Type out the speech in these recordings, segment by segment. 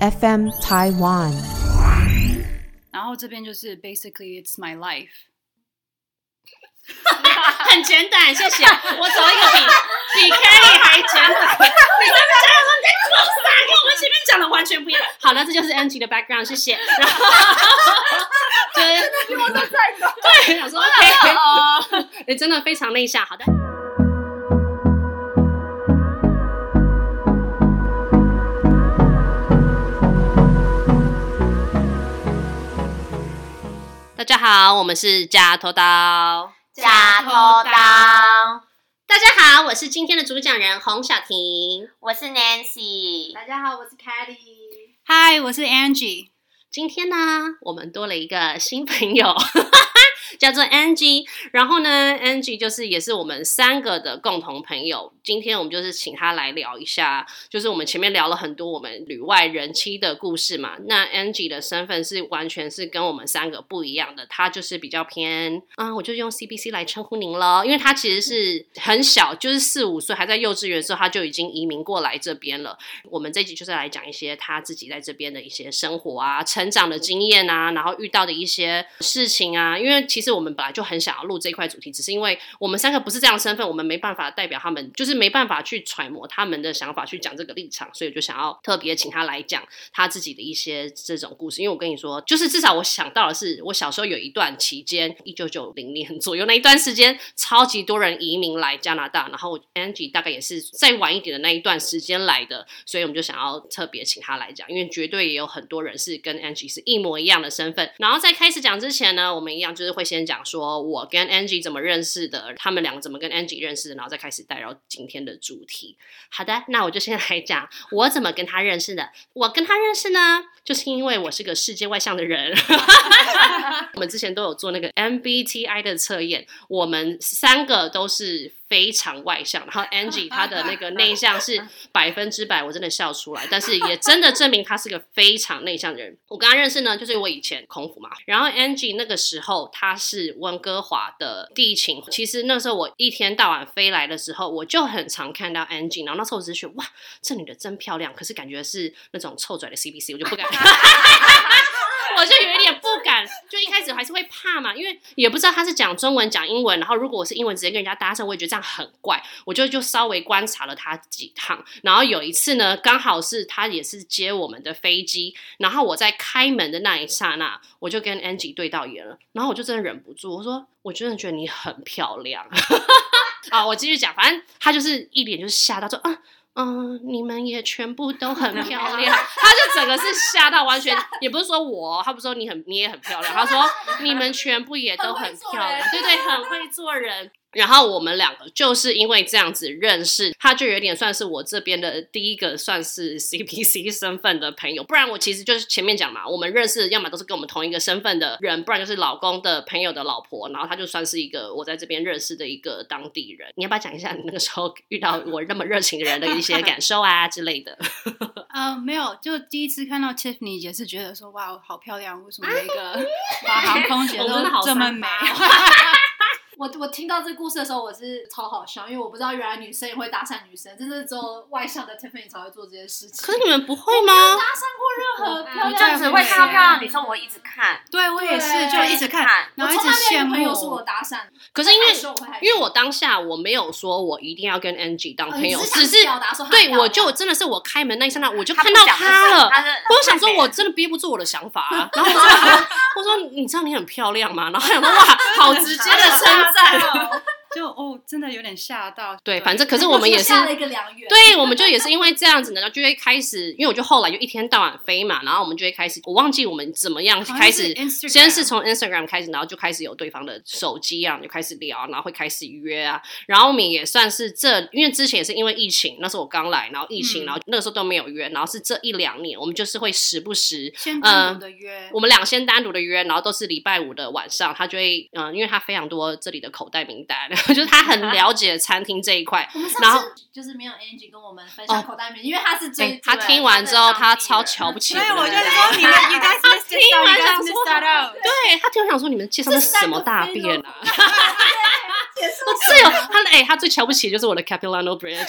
FM Taiwan。然后这边就是 basically it's my life。 很简短，谢谢。我走一个比比 Kelly 还简 短。你在这讲说你在做啥？跟我们前面讲的完全不一样。好了，这就是 NG 的 background，谢谢。然 后就是我都在懂。对，想说哦 OK，你 真的非常内向。好的。大家好，我们是假头刀。假头刀，大家好，我是今天的主讲人洪小婷。我是 Nancy。大家好，我是 Kelly。嗨，我是 Angie。今天呢，我们多了一个新朋友， 叫做 Angie。然后呢，Angie 就是也是我们三个的共同朋友。今天我们就是请她来聊一下，就是我们前面聊了很多我们旅外人妻的故事嘛。那 Angie 的身份是完全是跟我们三个不一样的，她就是比较偏，啊，我就用 CBC 来称呼您喽，因为她其实是很小，就是四五岁还在幼稚园的时候，她就已经移民过来这边了。我们这集就是来讲一些他自己在这边的一些生活啊、成长的经验啊，然后遇到的一些事情啊。因为其实我们本来就很想要录这一块主题，只是因为我们三个不是这样的身份，我们没办法代表他们，就是没办法去揣摩他们的想法，去讲这个立场，所以我就想要特别请他来讲他自己的一些这种故事。因为我跟你说，就是至少我想到的是，我小时候有一段期间，一九九零年左右那一段时间，超级多人移民来加拿大，然后 Angie 大概也是再晚一点的那一段时间来的，所以我们就想要特别请他来讲，因为绝对也有很多人是跟 Angie 是一模一样的身份。然后在开始讲之前呢，我们一样就是会先讲说我跟 Angie 怎么认识的，他们两个怎么跟 Angie 认识的，然后再开始带到今天的主题。好的，那我就先来讲我怎么跟他认识的。我跟他认识呢，就是因为我是个世界外向的人。我们之前都有做那个 MBTI 的测验，我们三个都是非常外向，然后 Angie 她的那个内向是百分之百，我真的笑出来，但是也真的证明她是个非常内向的人。我跟她认识呢，就是我以前空腹嘛，然后 Angie 那个时候她是温哥华的地勤，其实那时候我一天到晚飞来的时候，我就很常看到 Angie，然后那时候我只是觉得哇，这女的真漂亮，可是感觉是那种臭拽的 CBC，我就不敢。我就有一点不敢，就一开始还是会怕嘛，因为也不知道他是讲中文讲英文，然后如果我是英文直接跟人家搭讪，我也觉得这样很怪，我就就稍微观察了他几趟，然后有一次呢，刚好是他也是接我们的飞机，然后我在开门的那一刹那，我就跟 Angie 对到眼了，然后我就真的忍不住，我说我真的觉得你很漂亮。 啊，我继续讲，反正他就是一脸就是吓到说啊。嗯，你们也全部 都很漂亮，他就整个是吓到，完全也不是说我，他不是说你很你也很漂亮，他说你们全部也都很漂亮，对对，很会做人。然后我们两个就是因为这样子认识，他就有点算是我这边的第一个算是 CPC 身份的朋友，不然我其实就是前面讲嘛，我们认识要么都是跟我们同一个身份的人，不然就是老公的朋友的老婆，然后他就算是一个我在这边认识的一个当地人。你要不要讲一下你那个时候遇到我那么热情的人的一些感受啊之类的？ 呃，没有，就第一次看到 Tiffany 也是觉得说哇，好漂亮，为什么一 个华航空姐我真的好都这么三美？八我我听到这故事的时候，我是超好笑，因为我不知道原来女生也会搭讪女生，真的只有外向的 Tiffany 才会做这件事情。可是你们不会吗？搭讪过任何漂你我这这亮样样子子会会看看到到漂漂亮亮的的女女生，生我一直看。 对我也是，就一直看，看，然后一我直从羡来没有女朋友说慕我。搭讪， 可是因为我害羞我会害羞因为我当下我没有说我一定要跟 Angie 当呃朋友，你哦只只是表达说她漂对亮我就真的是我开门那一刹那我就他看不到讲她就是了。他是我想说，我真的憋不住我的想法、啊，然后我说，我说，你知道你很漂亮吗？然后想说，哇，好直接的称赞。赞，就哦，真的有点吓到。对，反正可是我们也是下了一个良缘。对，我们就也是因为这样子呢，然后就会开始，因为我就后来就一天到晚飞嘛，然后我们就会开始，我忘记我们怎么样开始，先是从 Instagram 开始，然后就开始有对方的手机啊，就开始聊，然后会开始约啊，然后我们也算是这，因为之前也是因为疫情，那时候我刚来，然后疫情，嗯然后那个时候都没有约，然后是这一两年，我们就是会时不时先呃单独的约，我们俩先单独的约，然后都是礼拜五的晚上，他就会，嗯、因为他非常多这里的口袋名单， 就是他很了解餐厅这一块。我们然上后次就是没有 Angie 跟我们分哦享口袋名，因为她 是对最他听完之后，他超瞧不 起所我以我们就的。说你们，you guys missed it out，you guys missed that out。对他听完想说你们介绍的这是什么大便啊？啊？是有他的哎、他最瞧不起就是我的 Capilano Bridge，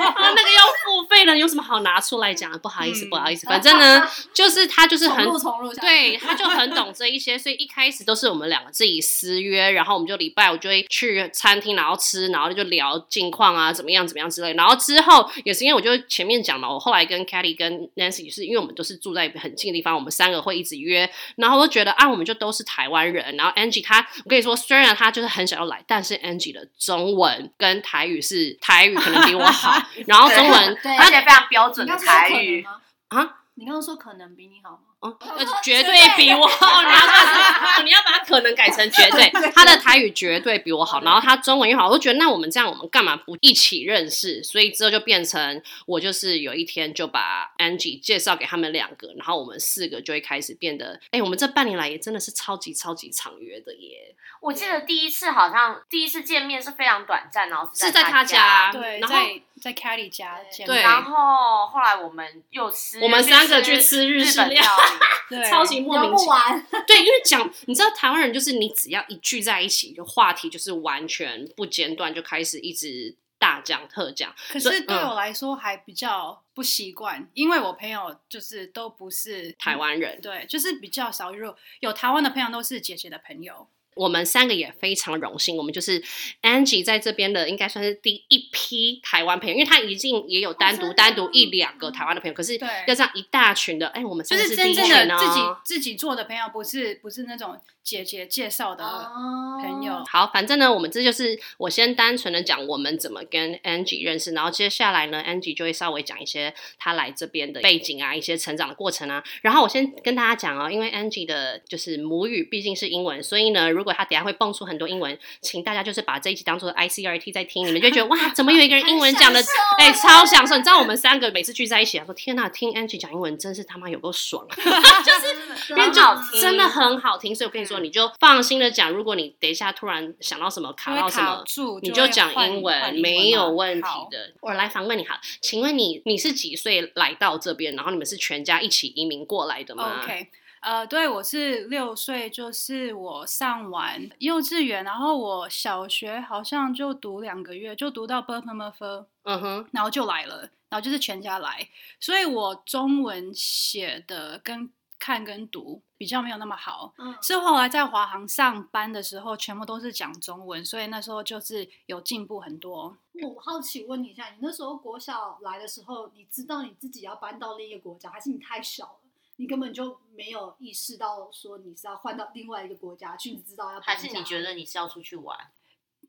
他那个要付费的，有什么好拿出来讲的？啊不好意思，嗯不好意思，反正呢，就是他就是重很录重录，下去对，他就很懂这一些，所以一开始都是我们两个自己私约，然后我们就礼拜五就会去餐厅，然后吃，然后就聊近况啊，怎么样怎么样之类。然后之后也是因为我就前面讲嘛，我后来跟 k a t t y 跟 Nancy 是因为我们都是住在很近的地方，我们三个会一直约，然后我就觉得啊，我们就都是台湾人。然后 Angie 她，我跟你说，虽然她就是很想要来，但是 Angie 的中文跟台语是台语可能比我 好，然后中文对，而且非常标你准的刚刚台说可能语，吗？啊，你刚刚说可能比你好吗？哦，呃绝对比我 好。你要把 你要把可能改成绝对，他的台语绝对比我好，然后他中文又好，我就觉得那我们这样，我们干嘛不一起认识？所以之后就变成我就是有一天就把 Angie 介绍给他们两个，然后我们四个就会开始变得，哎、我们这半年来也真的是超级超级常约的耶，我记得第一次好像第一次见面是非常短暂，然后是在在他家，家对，然后在在 c a t t y 家见对面，然后后来我们又吃，我们三个去吃日日式本料料理，对超级莫聊名不其妙。完，对，因为讲你知道台湾人就是你只要一聚在一起，就话题就是完全不间断，就开始一直大讲特讲。可所以是对嗯我来说还比较不习惯，因为我朋友就是都不是台，湾人，对，就是比较少有有台湾的朋友都是姐姐的朋友，我们三个也非常荣幸，我们就是 Angie 在这边的应该算是第一批台湾朋友，因为她已经也有单哦独、真的单独一两个台湾的朋友，可是对要这样一大群的，哎，我们就三个是第真一正群的自己哦。自己做的朋友，不是不是那种姐姐介绍的朋朋友。好，反正呢，我们这就是我先单纯的讲我们怎么跟 Angie 认识，然后接下来呢，Angie 就会稍微讲一些她来这边的背景啊，一些成长的过程啊。然后我先跟大家讲哦，因为 Angie 的就是母语毕竟是英文，所以呢，如果她等一下会蹦出很多英文，请大家就是把这一集当做 ICRT 在听，你们就会 觉得哇，怎么有一个人英文讲的很享受哦哎、超享受！你知道我们三个每次聚在一起啊，说天呐，听 Angie 讲英文真是他妈有够爽，就是因为很就好听，真的很好听，所以我跟你嗯说，你就放心的讲。如果你等一下突然想到什么卡因为到什卡么，住你就就会讲换英换文，英没有嘛问题好的。我来反问你好，请问你你是几岁来到这边？然后你们是全家一起移民过来的吗 OK，呃，对，我是六岁，就是我上完幼稚园，然后我小学好像就读两个月，就读到 b u r p e m e r f 嗯哼，然后就来了，然后就是全家来，所以我中文写的跟看跟读比较没有那么好。嗯是后来在华航上班的时候，全部都是讲中文，所以那时候就是有进步很多。我好奇问你一下，你那时候国小来的时候，你知道你自己要搬到另一个国家，还是你太小了，你根本就没有意识到说你是要换到另外一个国家去，你知道要还搬家？是你觉得你是要出去玩？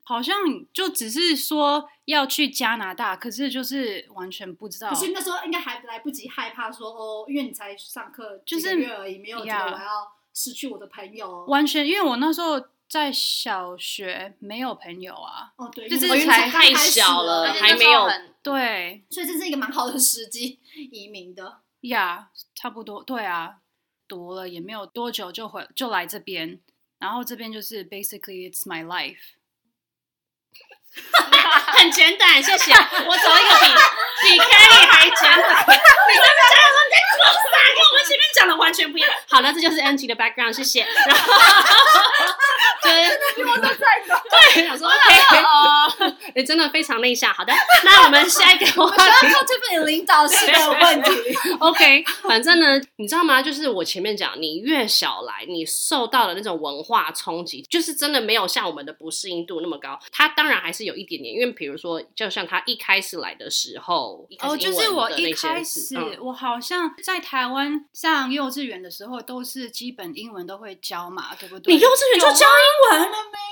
好像就只是说要去加拿大，可是就是完全不知道。可是那时候应该还来不及害怕说哦，因为你才上课就是几个月而已，没有觉得 Yeah 我要失去我的朋友。完全，因为我那时候在小学没有朋友啊，哦，对，就是因为才你才刚太开始小了，了而且呃还那没时候有很对所以这是一个蛮好的时机移民 的。啊呀差不多，对啊，读了也没有多久就回就来这边，然后这边就是 basically it's my life，很简短，谢谢。我走一个 比比 Kelly 还简短。你在那边讲说你在做啥？跟我们前面讲的完全不一样。好了，这就是 Angie 的 background，谢谢。然后就是比 我都在对，想说 OK，哦， 你真的非常内向。好的，那我们下一个我话们需要靠这份领导式的问题。 OK，反正呢，你知道吗？就是我前面讲，你越小来，你受到的那种文化冲击，就是真的没有像我们的不适应度那么高。它当然还是有一点点，因为比如说，就像他一开始来的时候，一开始哦，就英是文我的一那些开字始、嗯我好像在台湾上幼稚园的时候，都是基本英文都会教嘛，对不对？你幼稚园就教英文，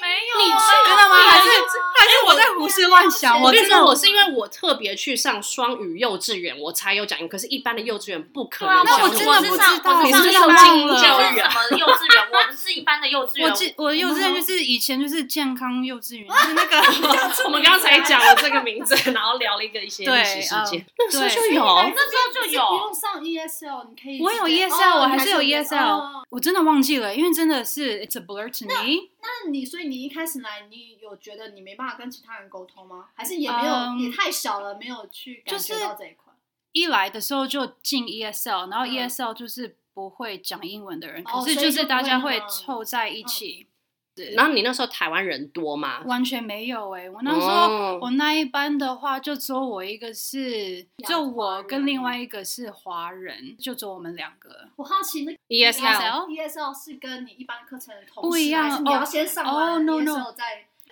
没有？你啊真的吗？对啊还是 还是我在胡思乱 想？我跟真你的说，我是因为我特别去上双语幼稚园，我才有讲英文，可是一般的幼稚园不可对啊，能那教我英真文的我不是知上道我是你上是幼要进稚教园，育啊什么幼稚园？我们是一般的幼 稚我啊园，记我的幼稚园就是以前就是健康幼稚园，就是那 个 我们刚才讲了这个名字，然后聊了一个一些历史对事件嗯，那时候对就有。那时候就有不用上 E ESL，你可以直接。我有 ESL，哦我你哦还还是有 E ESL，我真的忘记了，因为真的是 it's a blur to me。那你所以你一开始来，你有觉得你没办法跟其他人沟通吗？还是也没有，嗯也太小了，没有去感就觉是到这一块？一来的时候就进 ESL，然后 E 嗯 ESL 就是不会讲英文的人，哦可是所以就是就大家不会会那么嗯凑在一起。对然后你那时候台湾人多吗？完全没有哎、我那时候、哦我那一班的话，就只有我一个是，洋就华我人跟另外一个是华人，就只有我们两个。我好奇那个，E ESL ESL 是跟你一般课程的同时不一样还是你要哦先上哦完，no，no ，ESL 再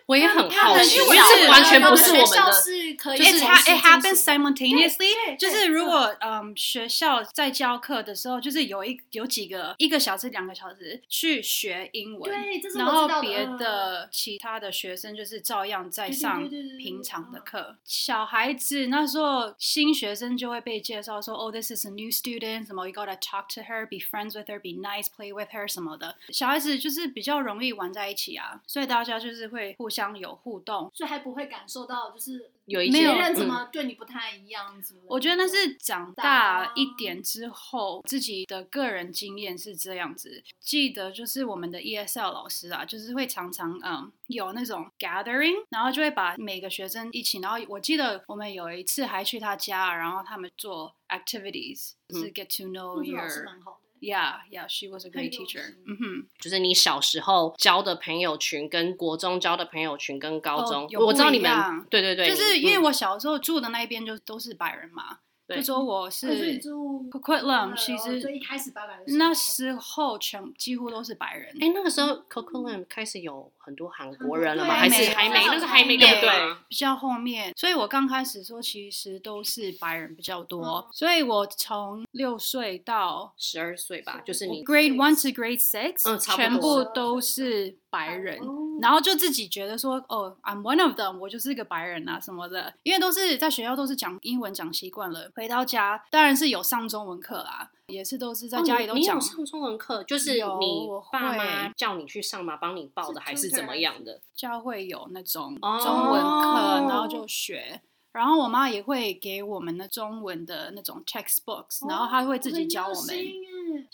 我也很好奇，因因为为这是完全他不们是我学们校的。是可以就是哎同它时，it happens 进行 simultaneously，对对就是如果嗯学校在教课的时候，就是有一有几个一个小时两个小时去学英文，对，这是我然知道后的别嗯的其他的学生就是照样在对对上对对对对平常的嗯课。小孩子那时候新学生就会被介绍说，Oh, this is a new student，什么 you gotta talk to her, be friends with her, be nice, play with her 什么的。小孩子就是比较容易玩在一起啊，所以大家就是会互相有互动。所以还不会感受到就是有一别没有嗯人怎么对你不太一样之类的我觉得那是长大一点之后自己的个人经验是这样子。记得就是我们的 ESL 老师啊，就是会常常嗯有那种 gathering，然后就会把每个学生一起。然后我记得我们有一次还去他家，然后他们做 activities，就是 get to 那 know 个嗯老师 your 蛮好的。 yeah yeah she was a 很 great 用 teacher 心。嗯哼。就是你小时候交的朋友群，跟国中交的朋友群，跟高中，哦有我知道不一你们样，对对对，就是因为嗯我小时候住的那一边就都是白人嘛，对就说我可是你是住 Coquitlam，呃其实最一开始搬来的那时时候全几乎都是白人。哎、那个时候 Coco Lam 开始有很多韩国人了吗？对还是没还没？有那是啊还没，没对不对？有比较后面，所以我刚开始说其实都是白人比较嗯多，所以我从六岁到十二岁吧，就是你 grade one to grade six，、嗯差不多全部都是白人。哦然后就自己觉得说，哦，I'm one of them，我就是一个白人啊什么的，因为都是在学校都是讲英文讲习惯了，回到家当然是有上中文课啦，也是都是在家里哦都你你讲。有上中文课，就是有你我爸会妈叫你去上吗？帮你报的还是怎么样的？教会有那种中哦文课，然后就学。然后我妈也会给我们的中文的那种 textbooks，、然后她会自己教我们，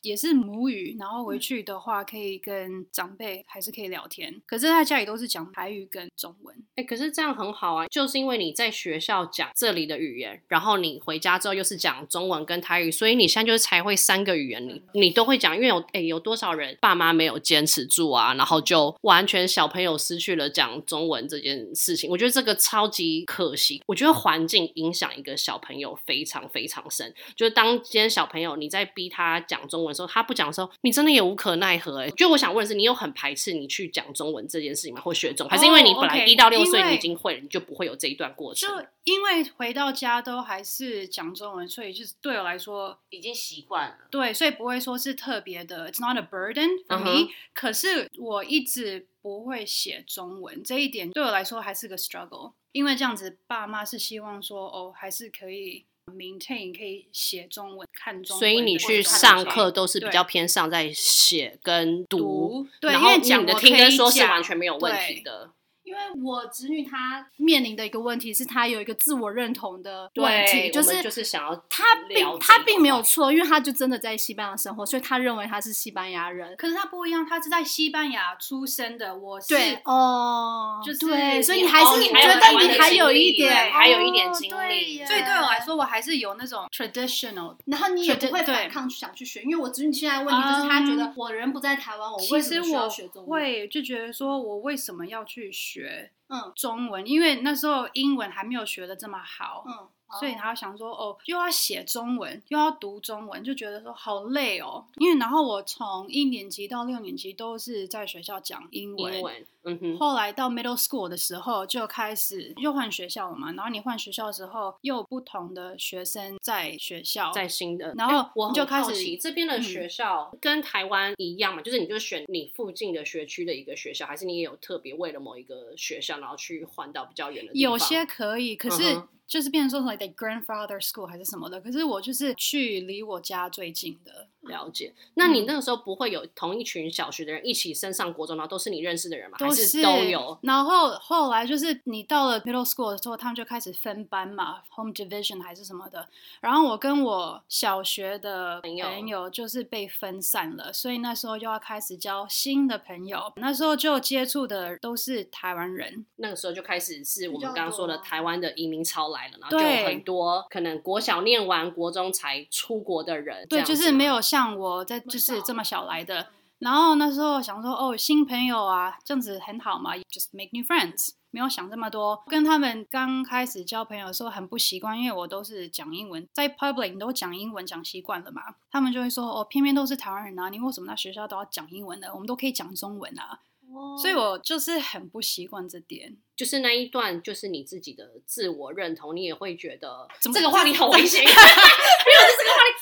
也是母语。然后回去的话，可以跟长辈还是可以聊天。可是在家里都是讲台语跟中文，哎、可是这样很好啊，就是因为你在学校讲这里的语言，然后你回家之后又是讲中文跟台语，所以你现在就是才会三个语言，你你都会讲。因为有哎、有多少人爸妈没有坚持住啊，然后就完全小朋友失去了讲中文这件事情，我觉得这个超级可惜。我觉得环境影响一个小朋友非常非常深，就是当今天小朋友你在逼他讲中文的时候，他不讲的时候，你真的也无可奈何、欸。就我想问的是，你有很排斥你去讲中文这件事情吗？或学中文？还是因为你本哦来，OK，一到六岁因为你已经会了，你就不会有这一段过就程？因为回到家都还是讲中文，所以就是对我来说，已经习惯了。对，所以不会说是特别的，it's not a burden for 嗯 me、哼可是我一直不会写中文，这一点对我来说还是个 struggle，因为这样子爸妈是希望说，哦，还是可以 maintain 可以写中文、看中文的所这以种你东西，去上课都是比较偏向在写跟读，读，对，然因后为你讲的我听可以跟说是讲完全没有问题。的。因为我侄女她面临的一个问题是，她有一个自我认同的问题，我是们就是想要她了并解她并没有的话错，因为她就真的在西班牙生活，所以她认为她是西班牙人对。可是他不一样，他是在西班牙出生的，我是对哦，就是对，所以你还哦是你觉还有台得湾你的还经有一历点，对还有一哦点经对历耶所以对我来说，我还是有那种 traditional 然后你也觉不得会对反抗想去学，因为我侄女现在的问题就是她觉得嗯我人不在台啊湾，我哦为其什实么需要我学中文？会就觉得说，我为什么要去学嗯中文？因为那时候英文还没有学的这么好，嗯，所以他想说，哦，又要写中文，又要读中文，就觉得说好累哦。因为然后我从一年级到六年级都是在学校讲英文，英文，嗯哼，后来到 middle school 的时候，就开始又换学校了嘛。然后你换学校的时候，又有不同的学生在学校，在新的，哦然后哎我很就开好始奇这边的嗯学校、跟台湾一样嘛，就是你就选你附近的学区的一个学校，还是你也有特别为了某一个学校，然后去换到比较远的地方？有些可以，可嗯是哼就是变成说 like the grandfather school 还是什么的，可是我就是去离我家最近的。了解。那嗯你那个时候不会有同一群小学的人一起升上国中，然后都是你认识的人吗？都还是都有？然后后来就是你到了 middle school 的时候，他们就开始分班嘛，home division 还是什么的。然后我跟我小学的朋友朋友就是被分散了，所以那时候又要开始交新的朋友。那时候就接触的都是台湾人，那个时候就开始是我比较们刚刚说的多台湾的移民潮来了，然后就对有很多可能国小念完国中才出国的人，这对，样就子是吗啊没有像我在就是小这么小来的。然后那时候想说，哦，新朋友啊，这样子很好嘛，just make new friends，没有想这么多。跟他们刚开始交朋友的时候很不习惯，因为我都是讲英文，在 public 你都讲英文讲习惯了嘛，他们就会说，哦，偏偏都是台湾人啊，你为什么在学校都要讲英文呢？我们都可以讲中文啊。所以我就是很不习惯这点。就是那一段，就是你自己的自我认同，你也会觉得怎么这个话题好 危险。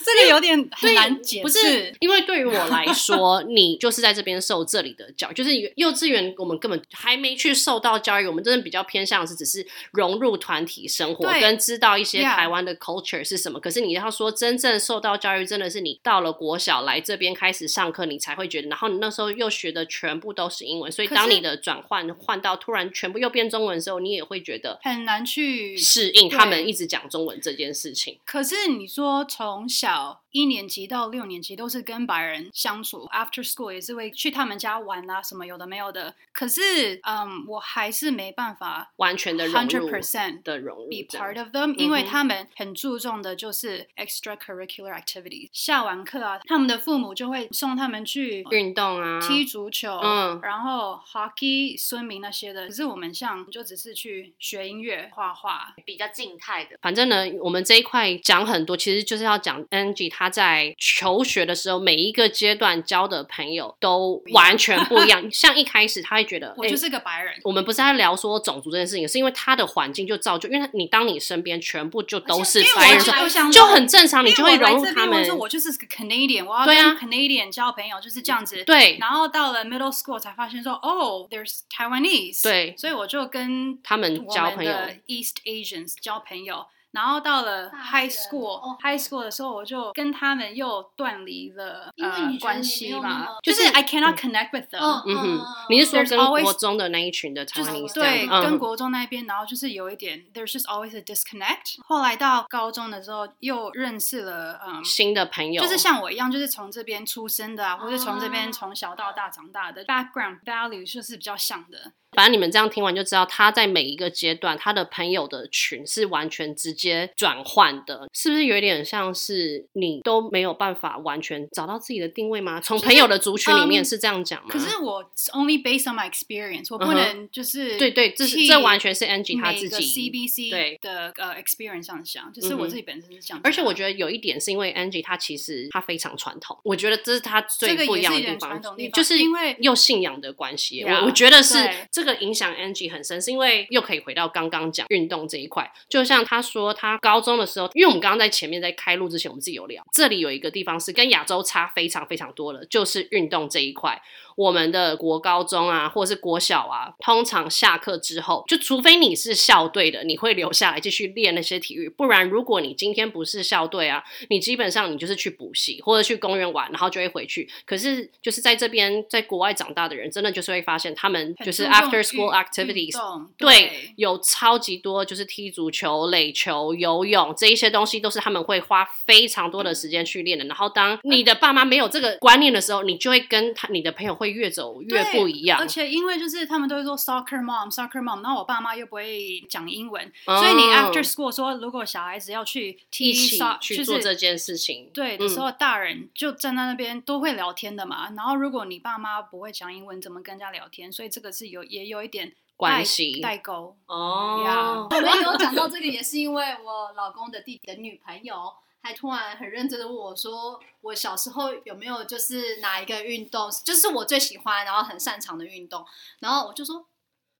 这个有点很对难解释，不是因为对于我 来说，你就是在这边受这里的教育，就是幼稚园我们根本还没去受到教育，我们真的比较偏向是只是融入团体生活，对跟知道一些 Yeah 台湾的 culture 是什么。可是你要说真正受到教育，真的是你到了国小来这边开始上课，你才会觉得，然后你那时候又学的全部都是英文，所以可当是你的转换换到突然全部又变中文的时候，你也会觉得很难去适应他对们一直讲中文这件事情。可是你说从小一年级到六年级都是跟白人相处，after school 也是会去他们家玩啊，什么有的没有的。可是，嗯，我还是没办法完全的融入 hundred 的融入 be 这样 part of them，因为嗯哼他们很注重的就是 extracurricular activity。下完课啊，他们的父母就会送他们去运动啊，踢足球，嗯然后 hockey、孙明那些的。可是我们像就只是去学音乐、画画，比较静态的。反正呢，我们这一块讲很多，其实就是要讲 Angie 她在求学的时候，每一个阶段交的朋友都完全不一样。 像一开始，她会觉得我就、欸是个白人。我们不是在聊说种族这件事情，是因为她的环境就造就，因为你当你身边全部就都是因为白我人，就就我想就很正常，你就会因为融我入来这他边，们我。说我就是个 Canadian，我要对啊跟 Canadian 交朋友就是这样子。对然后到了 middle school 才发现说，哦，there's Taiwanese。，对，所以我就跟他们我交们朋友，的 East Asians 交朋友。然后到了大 high 学 school 哦 high school 的时候，我就跟他们又断离了因为呃你觉得你关系没有那嘛么，就是 I cannot 嗯 connect with 嗯 them，嗯嗯哼，你是说 There's 跟 always- 国中的那一群的台就湾是人这对，样跟嗯国中那边，然后就是有一点 there's just always a disconnect。后来到高中的时候，又认识了嗯新的朋友，就是像我一样，就是从这边出生的啊，或者从这边哦从小到大长大的、background value 就是比较像的。反正你们这样听完就知道，他在每一个阶段，他的朋友的群是完全直接转换的，是不是有一点像是你都没有办法完全找到自己的定位吗？从朋友的族群里面嗯是这样讲吗？可是我 it's only based on my experience，我不嗯哼能就是对对这是替这完全是 Angie 她自每己个 CBC 对的呃 experience 上想，就是嗯哼我自己本身是这样子的。而且我觉得有一点是因为 Angie 她其实她非常传统，我觉得这是她最这个不一也样是的一地点方嗯传，统地方就是因为又信仰的关系。 Yeah，我我觉得是对这个影响 Angie 很深，是因为又可以回到刚刚讲运动这一块。就像她说，她高中的时候，因为我们刚刚在前面在开录之前，我们自己有聊，这里有一个地方是跟亚洲差非常非常多的，就是运动这一块。我们的国高中啊，或者是国小啊，通常下课之后，就除非你是校队的，你会留下来继续练那些体育；不然，如果你今天不是校队啊，你基本上你就是去补习或者去公园玩，然后就会回去。可是，就是在这边在国外长大的人，真的就是会发现他们很就是注重 after school 运 activities 运动对对，。有超级多，就是踢足球、垒球、游泳这一些东西，都是他们会花非常多的时间去练的。然后，当你的爸妈没有这个观念的时候，你就会跟他你的朋友会越走越对不一样而。且因为就是他们都会说 soccer mom soccer mom，然后我爸妈又不会讲英文，嗯所以你 after school 说如果小孩子要去踢一起 so- 去就做是这件事情，对嗯的时候，大人就站在那边都会聊天的嘛。然后如果你爸妈不会讲英文，怎么跟人家聊天？所以这个是有也有一点关代系代沟。哦。我们有讲到这个，也是因为我老公的弟弟的女朋友，还突然很认真的问我说，我小时候有没有就是哪一个运动，就是我最喜欢然后很擅长的运动，然后我就说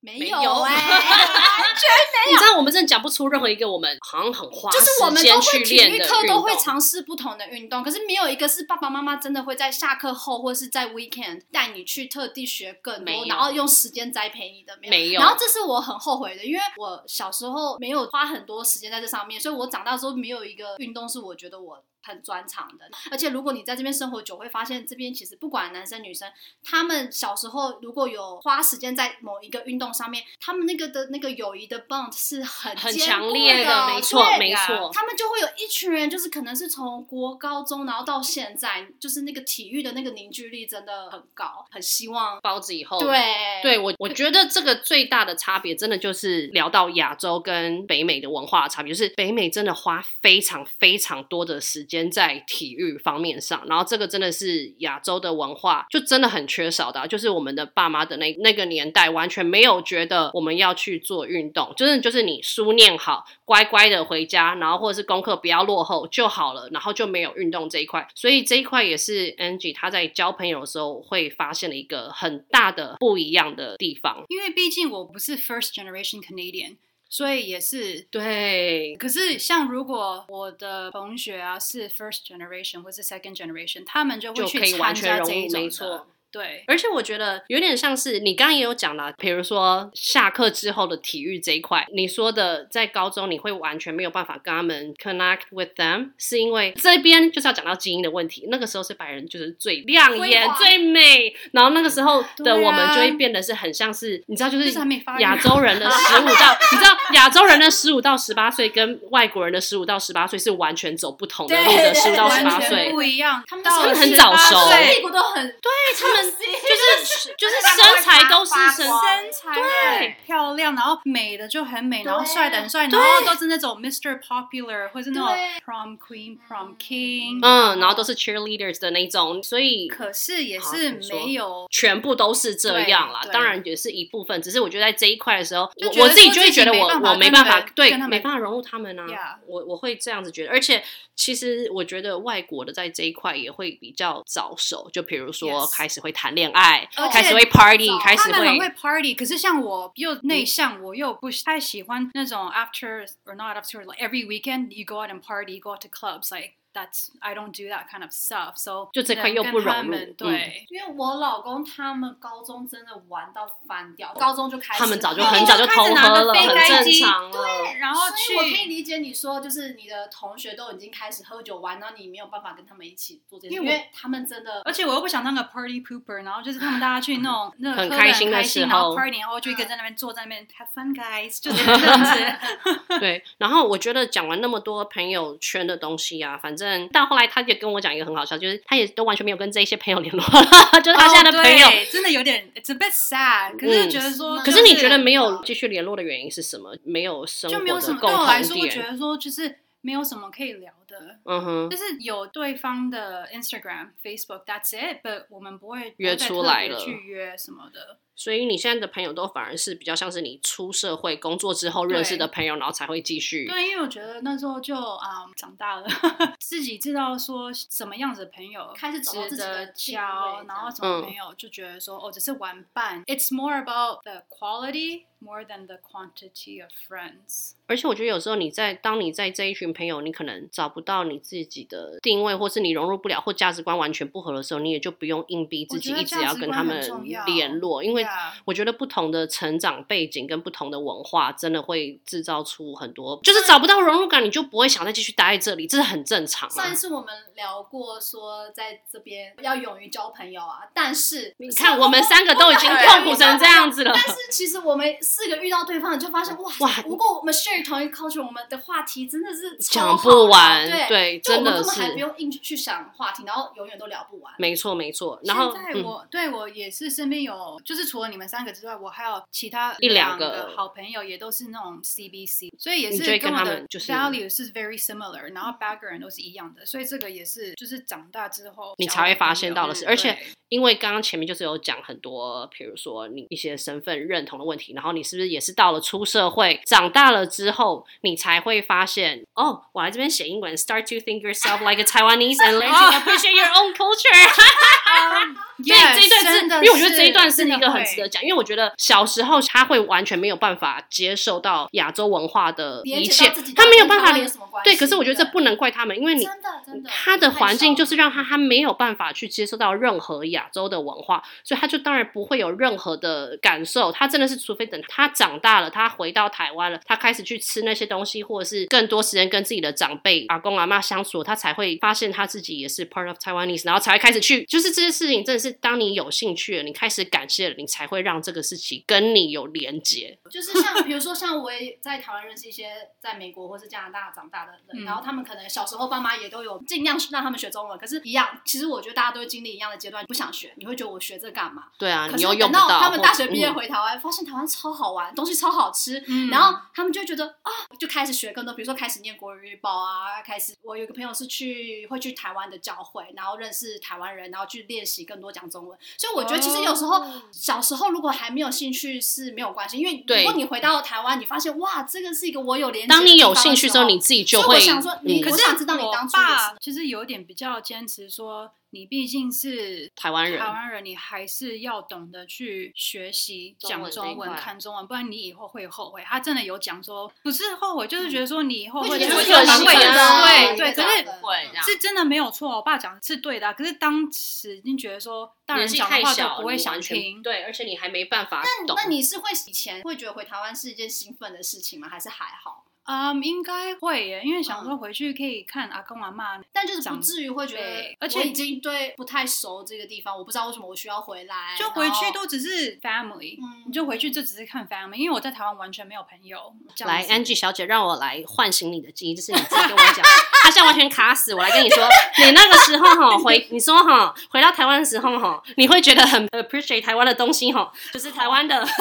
没有没有哎、 你知道我们真的讲不出任何一个我们好像很花就是我时们间都去会体练育的课运都会动尝试不同的运动，可是没有一个是爸爸妈妈真的会在下课后或是在 weekend 带你去特地学更没有多，然后用时间栽培你的没有。没有然后这是我很后悔的，因为我小时候没有花很多时间在这上面，所以我长大之后没有一个运动是我觉得我。很专长的，而且如果你在这边生活久，会发现这边其实不管男生女生，他们小时候如果有花时间在某一个运动动上面，他们那个的那个友谊的 bond 是很很坚强固烈的，没错对，没呀错，他们就会有一群人，就是可能是从国高中，然后到现在，就是那个体育的那个凝聚力真的很高，很希望包子以后，对哦对我，我觉得这个最大的差别，真的就是聊到亚洲跟北美的文化的差别，就是北美真的花非常非常多的时间在体育方面上，然后这个真的是亚洲的文化就真的很缺少的啊、就是我们的爸妈的那那个年代完全没有觉得我们要去做运动，就是就是你书念好，乖乖的回家，然后或者是功课不要落后就好了，然后就没有运动这一块，所以这一块也是 Angie 她在交朋友的时候会发现了一个很大的不一样的地方。因为毕竟我不是 first generation Canadian，所以也是对，可是，像如果我的同学啊是 first generation 或是 second generation，他们就会就去可以参完全加融这一入，种没的错。对，而且我觉得有点像是你刚刚也有讲啦，比如说下课之后的体育这一块，你说的在高中你会完全没有办法跟他们 connect with them，是因为这边就是要讲到基因的问题，那个时候是白人就是最亮眼辉、煌最美，然后那个时候的对啊我们就会变得是很像是你知道就就是是还没发育啊亚洲人的十五到，你知道亚洲人的十五到十八岁跟外国人的十五到十八岁是完全走不同的路对的，对十五到十八完岁全。不一样。他们他到们了很早熟18岁屁股都很啊对，哦他们就是就是身材都是身八卦身材很漂亮，然后美的就很美，然后对帅的很帅，然后都是那种 Mr. Popular 或是那种对 prom queen、prom king，、嗯，然后都是 cheerleaders 的那种，所以可是也好是你说没有。全部都是这样啦对。对当然也是一部分，只是我觉得在这一块的时候，就觉我得我自己就说会自己觉得没我办法我没跟办他法们对跟他们没办法融入他们啊。 Yeah 我我会这样子觉得，而且其实我觉得外国的在这一块也会比较早熟，就比如说 Yes 开始会谈恋爱而，且开始会 party，早开他始们很会会嗯 party，可是像我又内向，我又不太喜欢那种 after or not after like every weekend you go out and party, you go out to clubs like that's I don't do that kind of stuff. So 就这块能又跟不融他入们嗯对，因为我老公他们高中真的玩到翻掉，高中就开始，他们早就对很早就偷喝了，因为就很开始拿着正飞常了。然后所以我可以去。理解你说，就是你的同学都已经开始喝酒玩，然后你没有办法跟他们一起做这件事，因因为为他们真的，而且我又不想当个 party pooper，然后就是他们大家去那种那个嗯很喝得开开心的时然候嗯后 party，然后我就一个人在那边坐在那边 have fun guys，就是 这样子。 对，然后我觉得讲完那么多朋友圈的东西啊，反正到后来他也跟我讲一个很好笑，就是他也都完全没有跟这些朋友联络了， 就是他现在的哦朋友。对真的有点 it's a bit sad，可是嗯觉得说，可是你觉就得没有继续联络的原因是什么？没有生活就的没有什么共对我来同说，我觉点。得说就是没有什么可以聊的，嗯哼就，是有对方的 Instagram、Facebook，that's it，but 我们不会约再出特来别了去约什么的。所以你现在的朋友都反而是比较像是你出社会工作之后认识的朋友，然后才会继续。对，因为我觉得那时候就啊、嗯长大了， 自己知道说什么样子的朋友开始找到值自己得的定位交，这然后样什么嗯朋友就觉得说、哦，只是玩伴。It's more about the quality more than the quantity of friends。而且我觉得有时候你在当你在这一群朋友，你可能找不到你自己的定位，或是你融入不了，或价值观完全不合的时候，你也就不用硬逼自己我觉得一直要跟他价们值观很重要联络，因为 Yeah 我觉得不同的成长背景跟不同的文化，真的会制造出很多，就是找不到融入感，你就不会想再继续待在这里，这是很正常上一啊。次我们聊过说，在这边要勇于交朋友啊，但是你看，我们三个都已经痛苦成这样子了但。是其实我们四个遇到对方，你就发现哇哇如果我们 share 同一个 culture，我们的话题真的是超讲好不的完，对，对，就我真们的根本是还不，用硬去想话题，然后永远都聊不完。没错没错。然后，现在嗯，我、对我也是身边有，就是除了你们三个之外，我还有其他一两个个好朋友，也都是那种 CBC，所以也你就是会跟我他的们就是 value 是 very similar，然后 background 都是一样的，所以这个也是就是长大之后你交才会的发朋现友嗯到的事而且对因为刚刚前面就是有讲很多，比如说你一些身份认同的问题，然后你是不是也是到了出社会、长大了之后，你才会发现，哦，我来这边写英文，start to think yourself like a Taiwanese and learn to appreciate your own culture。对 Um, Yes，这一段是，真的因为我觉得这一段是真的一个很值得会讲，因为我觉得小时候他会完全没有办法接受到亚洲文化的连一接切到自己，他没有办跟法台湾理有什么关系对，可是我觉得这对不能怪他们，因为你真的真的，他的太环境少就是了让他他没有办法去接受到任何亚洲的文化，所以他就当然不会有任何的感受。他真的是，除非等他长大了，他回到台湾了，他开始去吃那些东西，或者是更多时间跟自己的长辈、阿公阿妈相处，他才会发现他自己也是 part of Taiwanese，然后才会开始去，就是这些事情真的是当你有兴趣了，你开始感谢了，你才会让这个事情跟你有连接。就是像比如说像我也在台湾认识一些在美国或是加拿大长大的人，嗯然后他们可能小时候爸妈也都有尽量让他们学中文，可是一样，其实我觉得大家都会经历一样的阶段，不想学，你会觉得我学这干嘛？对啊，可你是又用等不到到。他们大学或毕业嗯回台湾，发现台湾超好玩，东西超好吃，嗯然后他们就会觉得啊，就开始学更多，比如说开始念国语日报啊，开始我有一个朋友是去会去台湾的教会，然后认识台湾人，然后去练习更多讲中文。所以我觉得其实有时候、小时候如果还没有兴趣是没有关系，因为哦对如果你回到台湾，你发现哇，这个是一个我有连接的当你地有方的兴趣之后，你自己就所会。嗯以我想说你可我是想知道你我当初也爸是其实有点比较坚持说，你毕竟是台湾人台湾人你还是要懂得去学习中讲文中这一文、块看中文，不然你以后会后悔。他真的有讲说，不是后悔，就是觉得说你以后会会觉觉得得很说可蛮惜会的啊对对对，可这样是子会这样。是真的没有错，我爸讲的是对的啊、可是当时已经觉得说，大人年纪讲太的话小，都不会你想完全听。对，而且你还没办法懂。那你是会以前会觉得回台湾是一件兴奋的事情吗？还是还好？嗯，应该会耶，因为想嗯说回去可以看阿公阿妈。但就是不长至于会觉得辈，而且我已经对不太熟这个地方，我不知道为什么我需要回哎来，就回然去后都只是 family，、嗯你就回去就只是看 family，因为我在台湾完全没有朋友。这样来子，Angie 小姐，让我来唤醒你的记忆，这是你自己跟我讲，她现在完全卡死。我来跟你说，你那个时候哈回，你说哈回到台湾的时候哈，你会觉得很 appreciate 台湾的东西哈，就是台湾的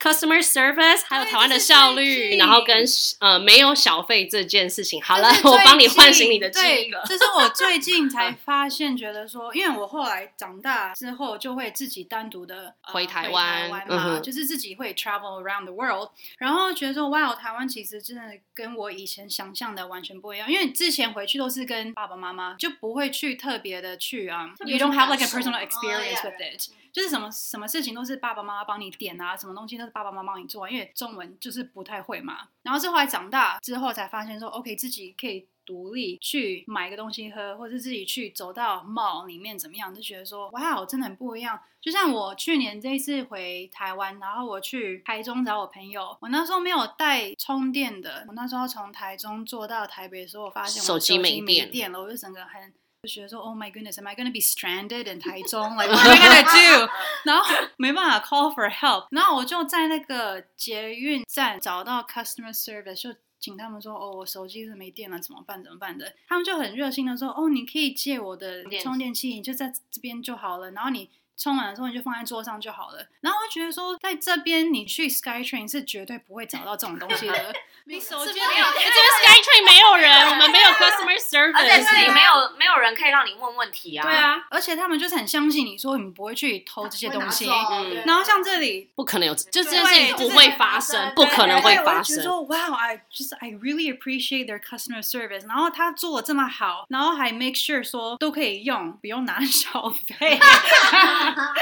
customer service，还有台湾的效这是最率，近然后跟呃没有小费这件事情。好了这，是我最帮你近唤醒你的记忆了对。这是我最近才发现，觉得说，因为我后来长大之后就会自己单独的、呃回回台湾湾嘛，嗯哼就是自己会 travel around the world，然后觉得说，哇，台湾其实真的跟我以前想象的完全不一样，因为之前回去都是跟爸爸妈妈，就不会去特别的去啊、特 y 别 o u 去 don't have like a 感受 personal 哦 experience yeah， with it，、就是什么什么事情都是爸爸妈妈帮你点啊，什么东西都是爸爸妈妈帮你做啊，因为中文就是不太会嘛。然后是后来长大之后才发现说，OK，自己可以独立去买个东西喝，或是自己去走到 mall 里面怎么样，就觉得说，哇，我真的很不一样。就像我去年这一次回台湾，然后我去台中找我朋友，我那时候没有带充电的，我那时候从台中坐到台北的时候，我发现我手机机没电电了，我就整个很。就觉得说，Oh my goodness, am I gonna be stranded in 台中? Like, what am I gonna do? 然后没办法 call for help，然后我就在那个捷运站找到 customer service，就请他们说，哦，我手机是没电了，怎么办？怎么办的？他们就很热心的说，哦，你可以借我的电器充电器，你就在这边就好了，然后你。充满的时候你就放在桌上就好了。然后我就觉得说，在这边你去 SkyTrain 是绝对不会找到这种东西的。 你手机啊这没边有有这边 SkyTree 没有人，我们没有 customer 啊而且这 service，里没有没有人可以让你问问题啊。对，啊，而且他们就是很相信你说你不会去偷这些东西。会拿走嗯对然后像这里，不可能有，就这件事对情就不是会会发发生，生不可能会对发我就觉得生。说，Wow, I just I really appreciate their customer service。然后他做的这么好，然后还 make sure 说都可以用，不用拿小 费。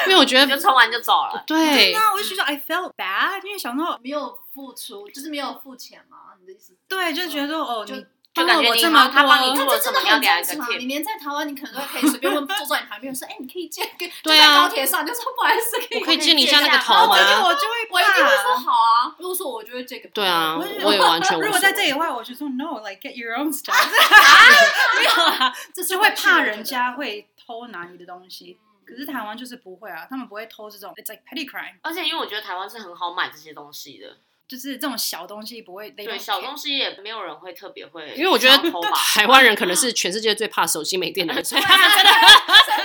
因为我觉你就得冲完就走了。对，那我就觉得 I felt bad，因为想到没有付出，就是没有付钱嘛，你的意思？对，就觉得说哦，就你帮就感了觉我你这好么像他帮你多，做这了什真的么，要很给他正一个常，你 tip。连在台湾，你可能都可 以随便问坐在你旁边说，哎，你可以借个，就对啊在高铁上，就说不好意思，可以我可以借你一借下一那个下头然后吗这？就我就会我一定会怕。说好啊，如果说我就会借给朋友对啊我就觉，得我也完全无所谓。如果在这里的话，我就说 no，like get your own stuff。没有啦，这是就会我去怕我觉人得家会偷拿你的东西。可嗯是台湾就是不会啊，他们不会偷这种，it's like petty crime。而且因为我觉得台湾是很好买这些东西的，就是这种小东西不会，对小东西也没有人会特别会，因为我觉得偷吧。台湾人可能是全世界最怕手机没电的人，所以 他们真啊的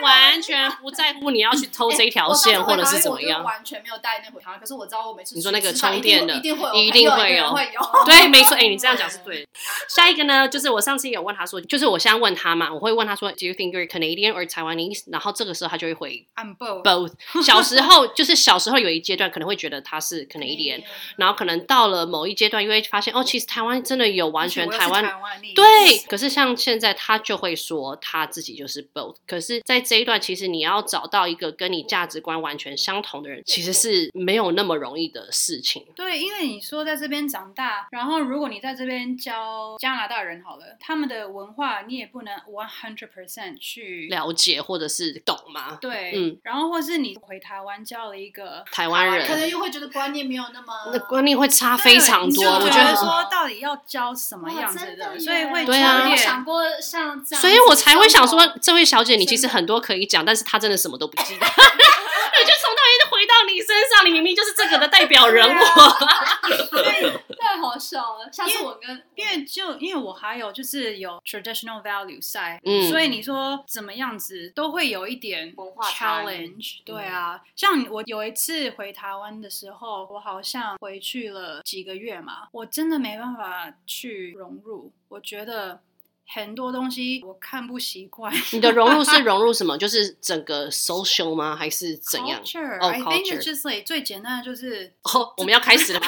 完全不在乎你要去偷这一条线或者是怎么哎我上次回台样。湾我就完全没有带那回台湾，可是我知道我每次你说去那个吃饭充一定电的一定会有一定朋友会一有定会有。对，没错，哎、你这样讲是对的。下一个呢，就是我上次有问他说，就是我现在问他嘛，我会问他说，Do you think you're Canadian or Taiwanese？然后这个时候他就会回 I'm both。 both。小时候就是小时候有一阶段可能会觉得他是 Canadian，然后可能到了某一阶段，因为发现哦，其实台湾真的有完全我又是台湾台湾历史对，可是像现在他就会说他自己就是 both，可是在这一段，其实你要找到一个跟你价值观完全相同的人，其实是没有那么容易的事情。对，因为你说在这边长大，然后如果你在这边教加拿大人好了，他们的文化你也不能 one hundred percent 去了解或者是懂吗？对，嗯，然后或是你回台湾教了一个台湾人可能又会觉得观念没有那么那观念会差非常对多，你我就觉觉得得。说到底要教什么样子哇真的耶所以会对啊我没有有想过像这样，所以我才会想说，，这位小姐，你其实很多可以讲，但是他真的什么都不记得， 我就从头一直回到你身上，你明明就是这个的代表人物。啊太好笑了。下次我跟因为就因为我还有就是有 traditional value 在，嗯所以你说怎么样子都会有一点文化差异嗯 challenge，对啊，像我有一次回台湾的时候，我好像回去了几个月嘛，我真的没办法去融入，我觉得很多东西我看不习惯。 你的融入是融入什么？就是整个 social 吗？还是怎样？ Culture, 哦 I think it's culture just like 最简单的就是哦，我们要开始了吗？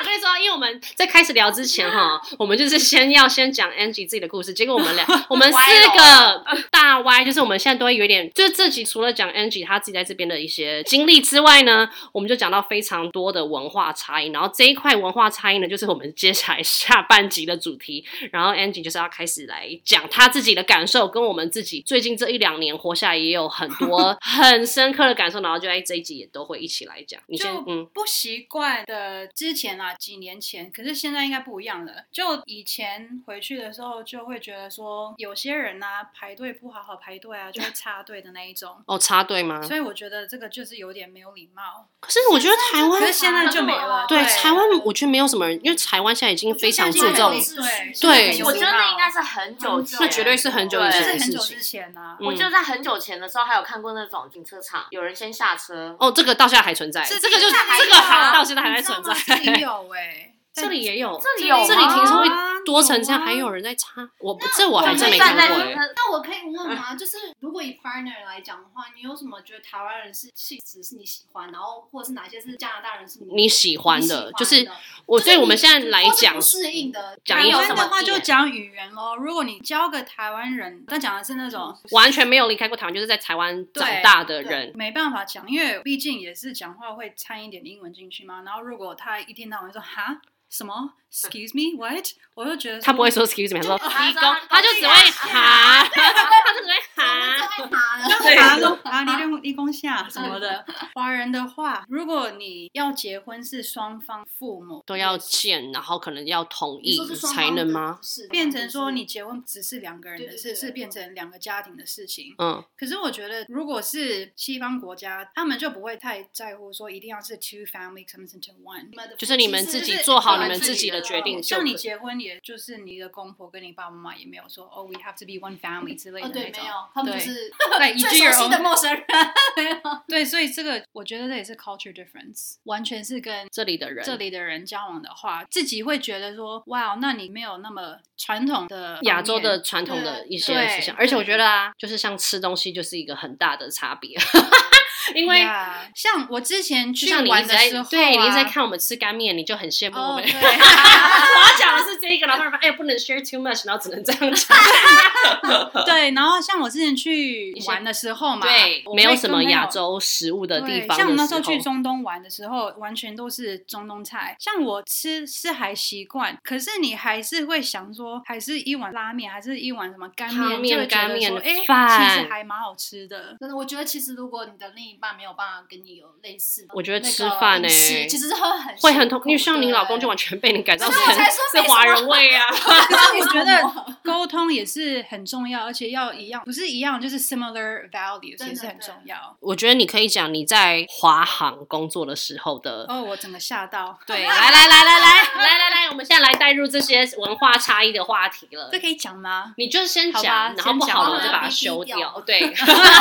我跟你说，因为我们在开始聊之前哈，我们就是先要先讲 Angie 自己的故事，结果我们俩，我们四个大 Y，就是我们现在都会有一点，就是这集除了讲 Angie 她自己在这边的一些经历之外呢，我们就讲到非常多的文化差异，然后这一块文化差异呢，就是我们接下来下半集的主题，然后 Angie 就是要开始来讲她自己的感受，跟我们自己最近这一两年活下来也有很多很深刻的感受，然后就在这一集也都会一起来讲。你先就，嗯，。不习惯的，之前啊，几年前，可是现在应该不一样了。就以前回去的时候，就会觉得说，有些人呐、排队不好好排队啊，就会插队的那一种 哦，插队吗？所以我觉得这个就是有点没有礼貌。可是我觉得台湾可是现在就没了。对对台湾，我觉得没有什么人，因为台湾现在已经非常注现在已经重没有，对对我觉得那应该是很久前，那绝对是很久以啊就前是的很事久情之。前呐、嗯我就在很久前的时候，还有看过那种停车场，有人先下车，哦，这个到现在还存在，是这个就现在还这个有啊还到现在还在你知道存吗在。这里 有哎、这里也有，这里有吗这里停车有啊位多成这样，有啊还有人在插，我这我我还们真没站看在过哎。那那我可以问吗？就是如果以 partner 来讲的话，你有什么觉得台湾人是气质是你喜欢，然后或者是哪些是加拿大人是你你喜欢的，就你是喜欢的我，就是所以我们你现在来或是讲不，适应的，讲台一湾什的么话就点讲语言咯。如果你教个台湾人，他讲的是那种完全没有离开过台湾，就是在台湾对长大的人，没办法讲，因为毕竟也是讲话会掺一点英文进去嘛。然后如果他一天到晚说哈什么，excuse me，what，我就觉得他不会说 excuse me，他说他提说供，他就只会啊 哈，他就只会哈。太麻了。 对啊，说啊，你立立功下什么的。华人的话，如果你要结婚是双方父母，都要见，然后可能要同你意说是双方才能的吗？？是变成说你结婚只是两个人的对对事，对是变成两个家庭的事情。嗯，可是我觉得，如果是西方国家，他们就不会太在乎说一定要是 two family comes into one。就是你们自就己是做好你你们们自自己己的哦的决定就可哦像以。你结婚，也就是你的公婆跟你爸爸妈妈也没有说哦，we have to be one family 之类哦，的对，那没种。有，他们就是对，最熟悉的陌生人。对，所以这个我觉得这也是 culture difference，完全是跟这里的人，这里的人交往的话，自己会觉得说，哇，那你没有那么传统的亚洲方面的传统的一些对思想，对而且我觉得啊，就是像吃东西就是一个很大的差别， 因为 Yeah，像我之前就去像你一玩直的在时候、啊，对你一直在看我们吃干面，你就很羡慕我哦， 们。对 我要讲的是这个，然后他们说哎不能 share too much，然后只能这 样讲。 对，然后像我之前去玩的时候嘛，对我，会没有什跟么朋友亚洲食物的对，地方。像我那时候去，中东玩的时候，完全都是中东菜。像我吃是还习惯，可是你还是会想说，还是一碗拉面，还是一碗什么干汤面，面就会觉得说，干面哎、饭其实还蛮好吃的。真的，我觉得其实如果你的另一半没有办法跟你有类似的那个饮食，我觉得吃饭呢其实会很会很痛，苦欸因为像你老公就完全被你改造成是华人味啊。 可是我觉什得沟通也是很重要，而且要一样，不是一样，就是 similar values 真的也是很重要。我觉得你可以讲你在华航工作的时候的。哦，我整个吓到， 对，来来来来来 来来来，我们现在来带入这些文化差异的话题了这。可以讲吗？你就先好吧讲，然后先不好讲了我就把 它好修然后掉。对，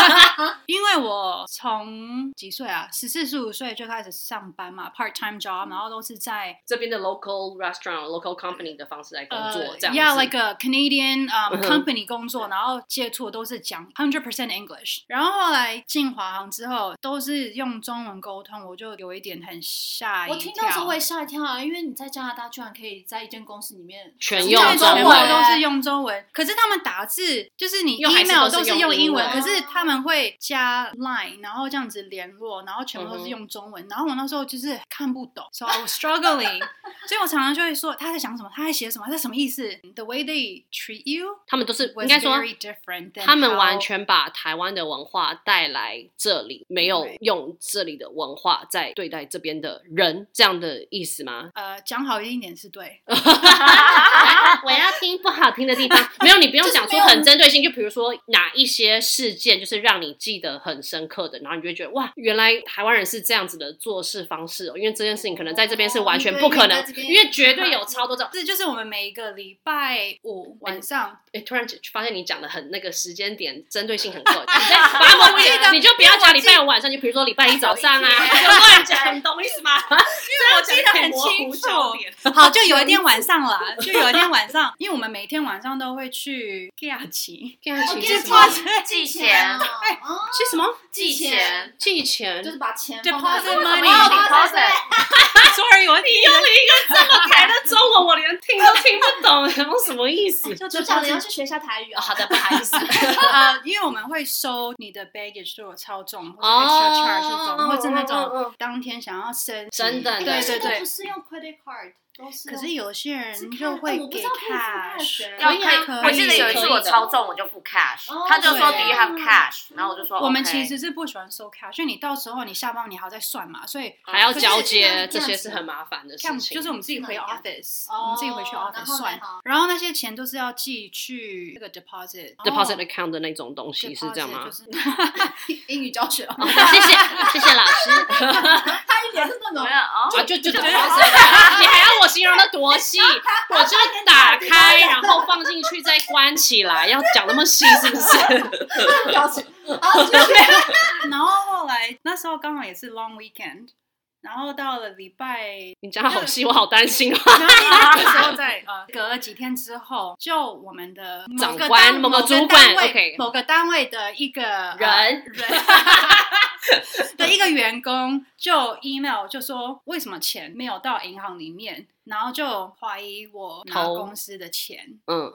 因为我从几岁啊，十四十五岁就开始上班嘛，part time job，然后嗯都是在这边的 local restaurant、local company 的方式来工作，这样呃 Yeah, 子 like。a Canadian 嗯 um, 哼 company 工作，然后接触都是讲 hundred percent English。然后后来进华航之后，都是用中文沟通，我就有一点很吓一跳。 我听到的时候我也吓一跳啊，因为你在加拿大居然可以在一间公司里面全因用为中中文国都是用中文，可是他们打字就是你又还是 email 都是是用用英英文，文可是他们会加 Line，然后这样子联络，然后全部都嗯哼是用中文。然后我那时候就是看不懂，so I was struggling，所以我常常就会说他在想什么，他在写什么，他什么意思？The way they treat you 他们都是 was 应该说 very different than 他们完全把台湾的文化带来这里，没有对用这里的文化在对待这边的人，这样的意思吗？呃，讲好一点是对，来我要听不好听的地 方，没有，你不用讲出很针对性，就比如说哪一些事件，就是让你记得很深刻的，然后你就会觉得哇，原来台湾人是这样子的做事方式哦，因为这件事情可能在这边是完全不可能哦对，因为在这边因为绝对 有超多种。这就是我们每一个礼拜五晚上哎，突然发现你讲的很那个时间点针对性很 够，你在把某一个，你就不要讲礼拜五晚上，就比如说礼拜一早上啊，就乱讲，你懂我意 思吗？ 因为我记得很清楚好，就有一天晚上啦， 就有一天晚上，因为我们每天晚上都会去 g a 期，这样其记实什么？寄钱，钱钱哦，哦是什么？寄钱，寄钱就是把钱对放在 deposit 哦 money 哦 deposit 所以我你用了台的中文我连听都听不懂， 然后什么意思？就主角你要去学一下台语哦。好的，不好意思。 呃，因为我们会收你的 baggage 如果超重或者 extra charge 这种，或者那嗯嗯种当天想要升级真的对对都对哎不。是用 credit card，都是可用。啊是有些是人看就会我不给知道可以付 cash， cash 要可以啊看可以我记得有一次我可以的超重，我就付 cash，哦他就说对 Do you have cash？然后哦我就说我们 OK 其实是不喜欢收 cash，因为你到时候你下班你还要再算嘛，所以还要可是交这接样，这些子是很麻烦的事像情。就是我们自己回真的 office，哦我们自己回去然 office 后算呢好，然后那些钱都是要寄去那个 deposit deposit 哦 account 的那种东西是这样吗 deposit？就是英语教学哦， 谢谢谢谢老师他一点是那没有种哦，啊，就就 deposit，你还要我形容的多细？我就打开，然后放进去再关起来，要讲那么细是 不是？表 情，然后哦就是 然后后来那时候刚好也是 long weekend，然后到了礼拜你讲的好细，我好担心哦。 那时候在呃隔了几天之后，就我们的某长个官单某个个主单管位 OK 某个单位的一个呃人人 的一个员工就 email 就说为什么钱没有到银行里面，然后就怀疑我拿偷公司的钱。嗯，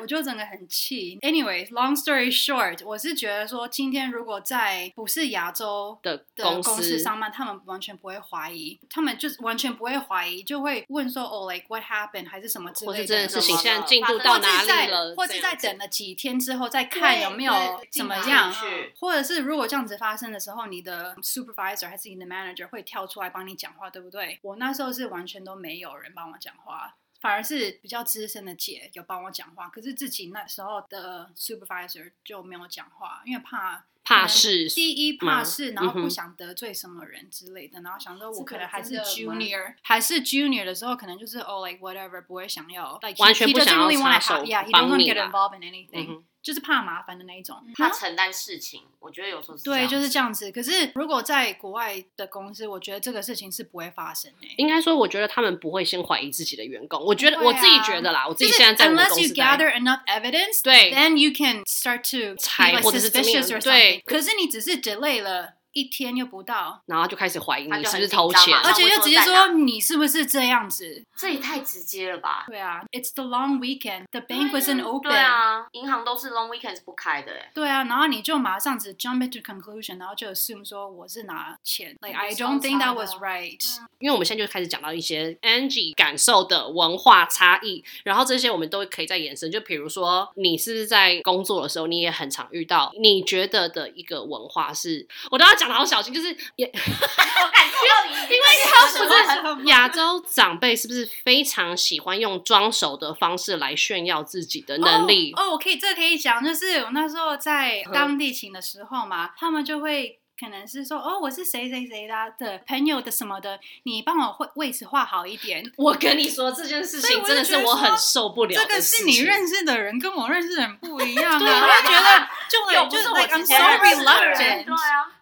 我就整个很气。Anyway，long story short，我是觉得说，今天如果在不是亚洲的的公司司上班，他们完全不会怀疑，他们就是完全不会怀疑，就会问说哦，like what happened，还是什么之或类是这件事事情情现现在在进进度度到到哪哪里里了，或者在等了几天之后再看有没有对对怎么进来样进。去或者是如果这样子发生的时候，你的 supervisor 还是你的 manager 会跳出来帮你讲话，对不对？我那时候是完全都没有人帮我讲话，反而是比较资深的姐有帮我讲话，可是自己那时候的 supervisor 就没有讲话，因为怕怕事嗯嗯第一吗怕事，然后嗯不哼想得罪什么人之类的，然后想说我可能还是这个真的蛮 junior，还是 junior 的时候，可能就是哦、like whatever，不会想要，like he- 完全 he 不想 doesn't 要 really wanna 插手 have- yeah, he 帮 doesn't 你 get 啦 involved in 嗯 anything，、哼就是怕麻烦的那一种。他承担事情，我觉得有时候是对，就是这这样样子。可是如果在国外的公司，我觉得这个事情是不会发生的、应该说，我觉得他们不会先怀疑自己的员工。我觉得、不会我啊自己觉得啦，我自就己是现在在我们 unless 公 you 司待 gather enough evidence，对 then you can start to 猜 be like 或者是怎么样 suspicious or 对 something。可是你只是 delay 了一天又不到，然后就开始怀疑他你就是很不是偷紧张钱嘛。而且又直接那为什么说你是不是这样子？这也太直接了吧？对啊，It's the long weekend, the bank wasn't open。对啊，银行都是 long weekend 是不开的哎。对啊，然后你就马上只 jump into conclusion，然后就 assume 说我是拿钱，like I don't think that was right。因为我们现在就开始讲到一些 Angie 感受的文化差异，然后这些我们都可以再延伸。就比如说，你是不是在工作的时候，你也很常遇到你觉得的一个文化是，我都要讲的好小心，就是也我感觉到你，因为不是亚洲长辈是不是非常喜欢用装熟的方式来炫耀自己的能力？哦，哦我可以，这个可以讲，就是我那时候在当地请的时候嘛，他们就会。可能是说哦，我是谁谁谁的啊的朋友的什么的，你帮我位位置画好一点。我跟你说这件事所以情我就真的是觉得我很说受不了这个的事是情。你认识的人，跟我认识的人不一 样啊！对我啊就觉得就又会不就是是我 like 之 I'm 前 so 认识的人， reluctant，对啊，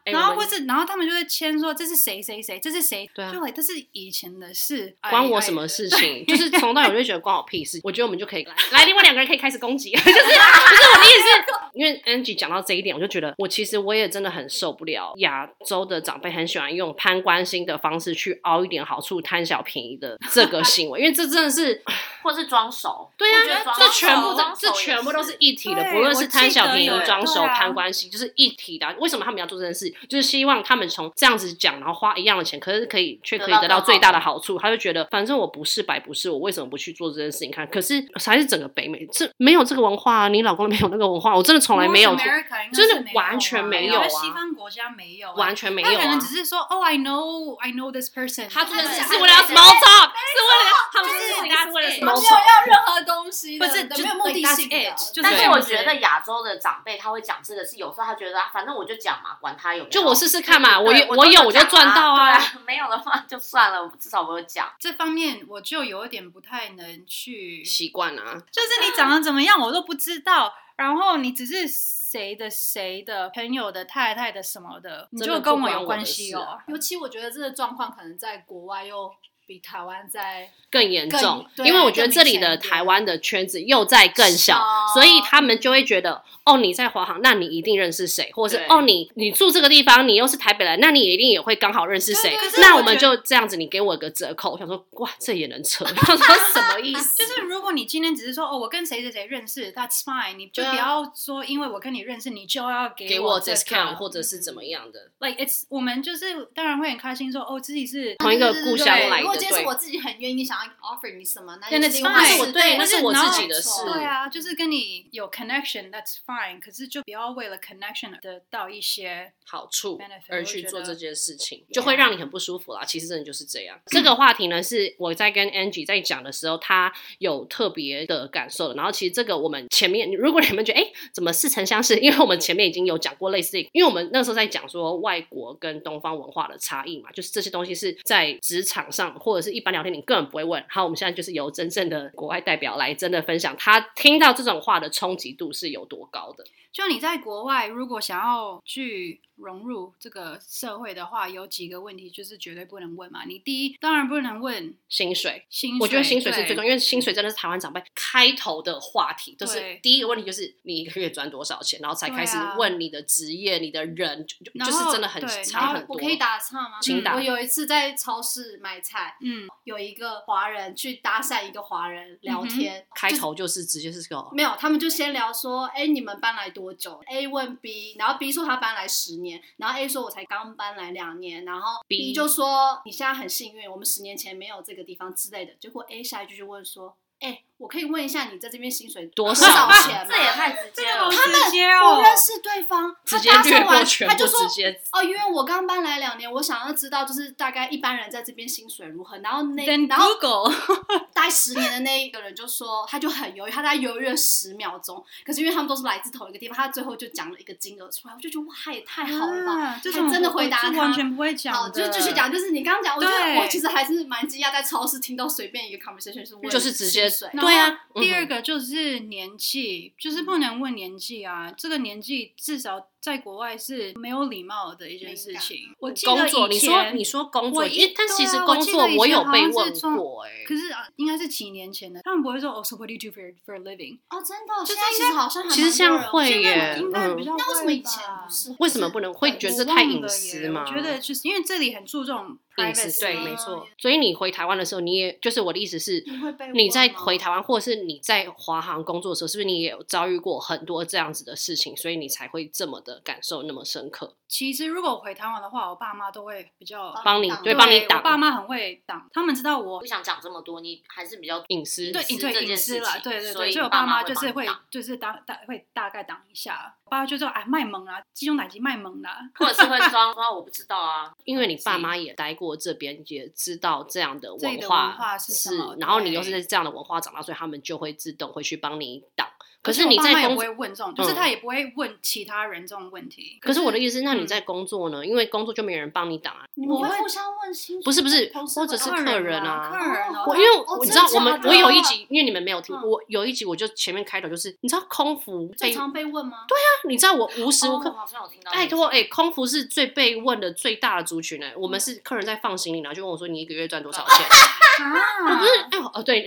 哎然后我们或者，然后他们就会签说这是谁谁谁，这是谁，对啊就来这是以前的事，哎关我什么？事 情？就是从头到尾我就觉得关我屁事。我觉得我们就可以来， 来另外两个人可以开始攻击，就是 不是我的意思。因为 Angie 讲到这一点，我就觉得我其实我也真的很受不了亚洲的长辈很喜欢用攀关心的方式去凹一点好处、贪小便宜的这个行为，因为这真的是或是装熟，对我觉呀、得装这全部熟都装熟这也全部都是是一体的，对不论是贪小便宜我记得有、装熟对啊攀关系，就是一体的啊。为什么他们要做这件事？就是希望他们从这样子讲，然后花一样的钱，可是可以却可以得得到到更最好大的好处。他就觉得，反正我不是白不是，我为什么不去做这件事情看？可是还是整个北美这没有这个文化、啊，你老公没有那个文化，我真的从来没有 North 听， America 应该真的是没有完全啊没因有为啊西方国家没有啊，完全没有他可啊能。只是说哦，I know, I know this person，他真的他是只是是为了要没 small talk，是为了他们就是是是为了 that's it small 没 talk 有。要任何东西的，不是没就有目的性对的，that's it，就。但对是我觉得亚洲的长辈他会讲这个是有时候他觉得啊反正我就讲嘛，管他有没有，就我试试看嘛，对我有我有就我就讲啊赚到啊对。啊，没有的话就算了，至少我有讲。这方面我就有一点不太能去，习惯啊，就是你长得怎么样我都不知道，然后你只是谁的谁的朋友的太太的什么的，你真就的跟不我关有我关的系事哦啊。尤其我觉得这个状况可能在国外又比台湾在更严更重，对因为我觉得更这里明显的一点台湾的圈子又在更小，小所以他们就会觉得，哦，你在华航，那你一定认识谁，或者是对哦，你你住这个地方，你又是台北人，那你一定也会刚好认识谁对可。是那我我们觉就这样子，你给我个折扣，我想说，哇，这也能 扯？他说什么意思？就是如果你今天只是说哦，我跟谁谁谁认识，That's fine，你就对啊不要说因为我跟你认识，你就要给给我我这个 discount 或者是嗯怎么样的？ like it's 我们就是当然会很开心说哦自己是同一个故乡对来的如果今天是对我自己很愿意想要 offer 你什么，那 Then 也 it's 是另外 fine 一回我事对那但是我自己的没事错对啊，就是跟你有 connection，that's fine。可是就不要为了 connection 得到一些，好处 benefit，而我去觉做得这件事情，就会让你很不舒服啦。其实真的就是这样。这个话题呢，是我在跟 Angie 在讲的时候，她有特别的感受的。然后其实这个我们前面，如果你们觉得哎、诶怎么似曾相识，因为我们前面已经有讲过类似的，因为我们那时候在讲说外国跟东方文化的差异嘛，就是这些东西是在职场上或者是一般聊天你根本不会问。好，我们现在就是由真正的国外代表来真的分享，他听到这种话的冲击度是有多高的。就你在国外如果想要去融入这个社会的话，有几个问题就是绝对不能问嘛。你第一当然不能问薪水薪水，我觉得薪水是最重要，对因为薪水真的是台湾长辈开头的话题，就是对第一个问题就是你一个月赚多少钱，然后才开始对啊问你的职业、你的人，就就然就后是真的很对差然后很多。我可以打岔吗？请打我有一次在超市买菜，嗯，有一个华人去搭讪一个华人嗯聊天，开头就是直接是这嗯个没有，他们就先聊说，哎，你们搬来多久？A 问 B，然后 B 说他搬来十年，然后 A 说我才刚搬来两年，然后 B B 就说你现在很幸运，我们十年前没有这个地方之类的。结果 A 下一句就问说，哎，我可以问一下你在这边薪水多少少钱这也吗？太直接好了。直接哦，不认识对方，直他接搭略讪过完全他部，就说直接哦，因为我刚搬来两年，我想要知道就是大概一般人在这边薪水如何。然后那跟然后 Google 待十年的那一个人就说，他就很犹豫，他大概犹豫了十秒钟。可是因为他们都是来自同一个地方，他最后就讲了一个金额出来，我就觉得哇，也太好了吧！啊这还种真的我回答是他完全不会讲好，的，就继续讲，就是你刚刚讲，我觉对得我其实还是蛮惊讶，在超市听到随便一个 conversation 是问就是直接薪水对啊然后第嗯二个就是年纪，就是不能问年纪啊，这个年纪至少在国外是没有礼貌的一件事情。我记得工作。以你说前你说工我作，一因为但对啊其实我工记得作以我前有好被像是问从过哎，可是啊，应该是几年前的，他们不会说哦，so what do you do for for a living？哦，真的，是现在其实好像还蛮其实这样多人会现在耶应该比较会吧。那为什么以前不是？为什么不能会觉得这我忘太了隐耶私吗？我觉得就是因为这里很注重隐私 privacy，对，啊没错。所以你回台湾的时候，你也就是我的意思是你会被，问你在吗回台湾或者是你在华航工作的时候，是不是你也有遭遇过很多这样子的事情，所以你才会这么的感受那么深刻？其实如果回台湾的话，我爸妈都会比较帮帮你你挡对，路帮你我爸挡妈很会挡，他们知道我不想讲这么多，你还是比较隐私。对隐私对这隐件私事啦情对对对，所以以我你爸妈妈会就帮是你会挡就是大大会大概挡一下，我爸就说哎卖萌啦，鸡胸奶鸡卖萌啦，或者是会装 说我不知道啊，因为你爸妈也待过这边，也知道这样的这里文的化文化是什么然后你又是对在这样的文化长大，所以他们就会自动会去帮你挡。可而且是我你爸妈在也工不作会，问这种，就是嗯他也不会问其他人这种问题。可是我的意思是，那你嗯在工作呢？因为工作就没人帮你挡啊。你们我会会互相问薪水，不是不是同事或者会是问客人啊客人哦哦我因为哦我你知真道的，我们假的哦我有一集，因为你们没有听，嗯我有一集我就前面开头就是，你知道空服最被，常被问吗？对，你知道我无时无刻哦我好像有听到。拜托，哎、，空服是最被问的最大的族群呢、我们嗯是客人在放行李，然后就问我说你一个月赚多少钱？ 我啊不，是，哎嗯 呦，哦对，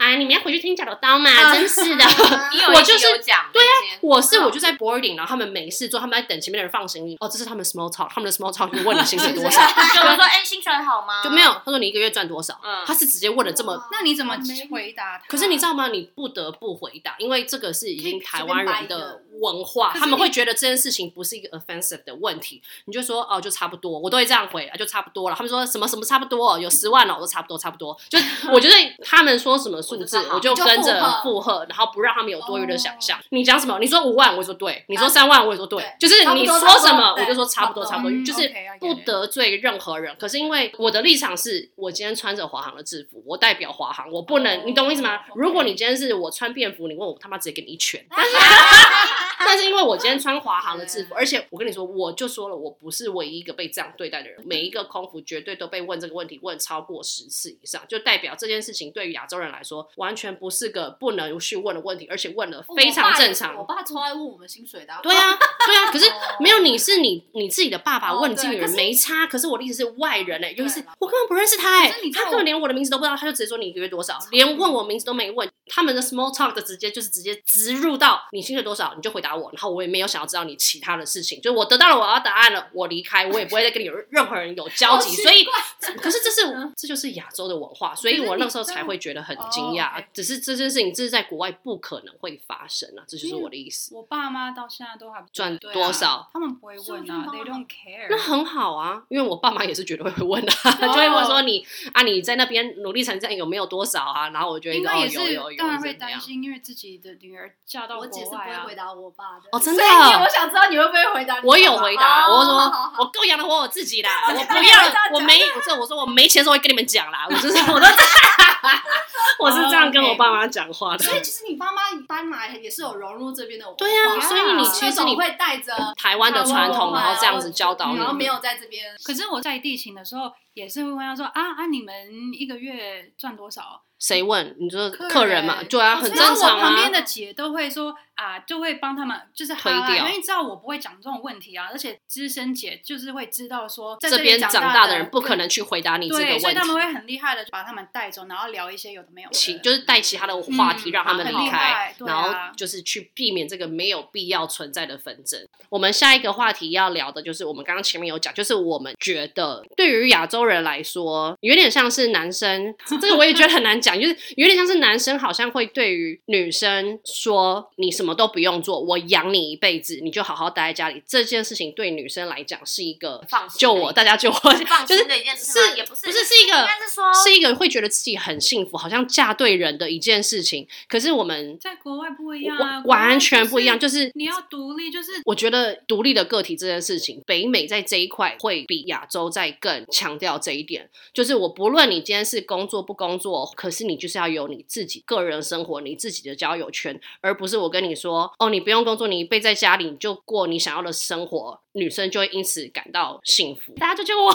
哎，你们要回去听假的刀嘛，真是的。啊你有我一集就是有讲，对呀，我是我就嗯在 boarding，然后他们没事做，他们在等前面的人放行李。哦，这是他们 small talk，他们的 small talk 就问你薪 水多少，啊 就我说，哎、薪水好吗？就没有。他说你一个月赚多少，嗯他是直接问了这么。那你怎么啊没回答他？可是你知道吗？你不得不回答，因为这个是已经台湾人的文化，可是你他们会觉得这件事情不是一个 offensive 的问题。你就说哦，就差不多，我都会这样回，啊就差不多了。他们说什么什么差不多，有十万了，我都差不多，差不多。 就我觉得他们说什么数字，我我就就跟着附和附和，然后不让他们有多余的哦啊想象。你讲什么？你说五万，我就说对；你说三万，我也说对对。就是差不你多说差不什多么，对我就说差不多，差差不不多多，嗯就是 OK，I get it 不得罪任何人。可是因为我的立场是我今天穿着华航的制服，我代表华航，我不能，哦你懂我意思吗 OK？如果你今天是我穿便服，你问我他妈直接给你一拳。 但是但是因为我今天穿华航的制服，而且我跟你说，我就说了，我不是唯一一个被这样对待的人。每一个空服绝对都被问这个问题问超过十次以上，就代表这件事情对于亚洲人来说完全不是个不能去问的问题，而且问了非常正常。哦我爸从来问我们薪水的、啊，对啊，对啊，可是哦没有你是你你自己的爸爸哦问你自己的对人可是没差，可是我的意思是外人哎、尤其是对啦我根本不认识他哎、可是你知道他根本连我的名字都不知道，他就直接说你一个月多少，连问我名字都没问，他们的 small talk 的直接就是直接植入到你薪水多少你就回答我，然后我也没有想要知道你其他的事情，就是我得到了我要答案了，我离开，我也不会再跟你有任何人有交集，所以可是这是这就是亚洲的文化，所以我那时候才会觉得很惊哦讶，OK，只是这件事情这是在国外不可能会发生啊，这就是我的意思。我爸妈到现在都还不赚对啊多少他们不会所以问我啊就，They 帮 don't 那 care。很好啊，因为我爸妈也是绝对会问的、啊哦就会问说你啊你在那边努力成这样有没有多少啊？然后我觉得因为哦也有有是有，当然会怎么担样。心，因为自己的女儿嫁到我姐国是不外会啊回。答我爸的。哦真的所以你 我想知道你会不会回答你爸爸。我有回答，哦我说好好好我够养得活我自 己啦，我不你要还这样，我讲没，我这我说我没钱的时候会跟你们讲啦，我就是 我都这， 我是这样哦跟我爸妈讲话的。所以其实你爸妈搬来也是有融入这边的文化，对啊所以你其实你那种会带着，台湾哦的传统，台湾文化然后这样子教导你然后们没有在这边，可是我在地勤的时候，也是会问他说啊啊，你们一个月赚多少？谁问？你说客人哦客人嘛，对啊，很所以我正常旁边啊。的姐都会说啊，就会帮他们就是哈拉推掉因为知道我不会讲这种问题啊，而且资深姐就是会知道说在这边边长长大的的人不可能去回答你这个对，问所以题他。们会很厉害的把他们带走，然后聊一些有的没有的，其就是带其他的话题嗯让他们很离厉开害，对然啊后就是去避免这个没有必要存在的纷争。我们下一个话题要聊的就是我们刚刚前面有讲，就是我们觉得对于亚洲人来说，有点像是男生，这个我也觉得很难讲， 就是有点像是男生好像会对于女生说你什么都不用做，我养你一辈子，你就好好待在家里。这件事情对女生来讲是一个放心救的我，一大家救我，放就是心的一件事吗是也不是不是是一个应该是说哦是一个会觉得自己很幸福，好像嫁对人的一件事情。可是我们在国外不一样啊，完完全不一样，国外就是你要独立，就是我觉得独立的个体这件事情，北美在这一块会比亚洲在更强调这一点。就是我不论你今天是工作不工作，可是你就是要有你自己个人生活，你自己的交友圈，而不是我跟你说哦，你不用工作，你一辈子在家里你就过你想要的生活，女生就会因此感到幸福。大家就救我，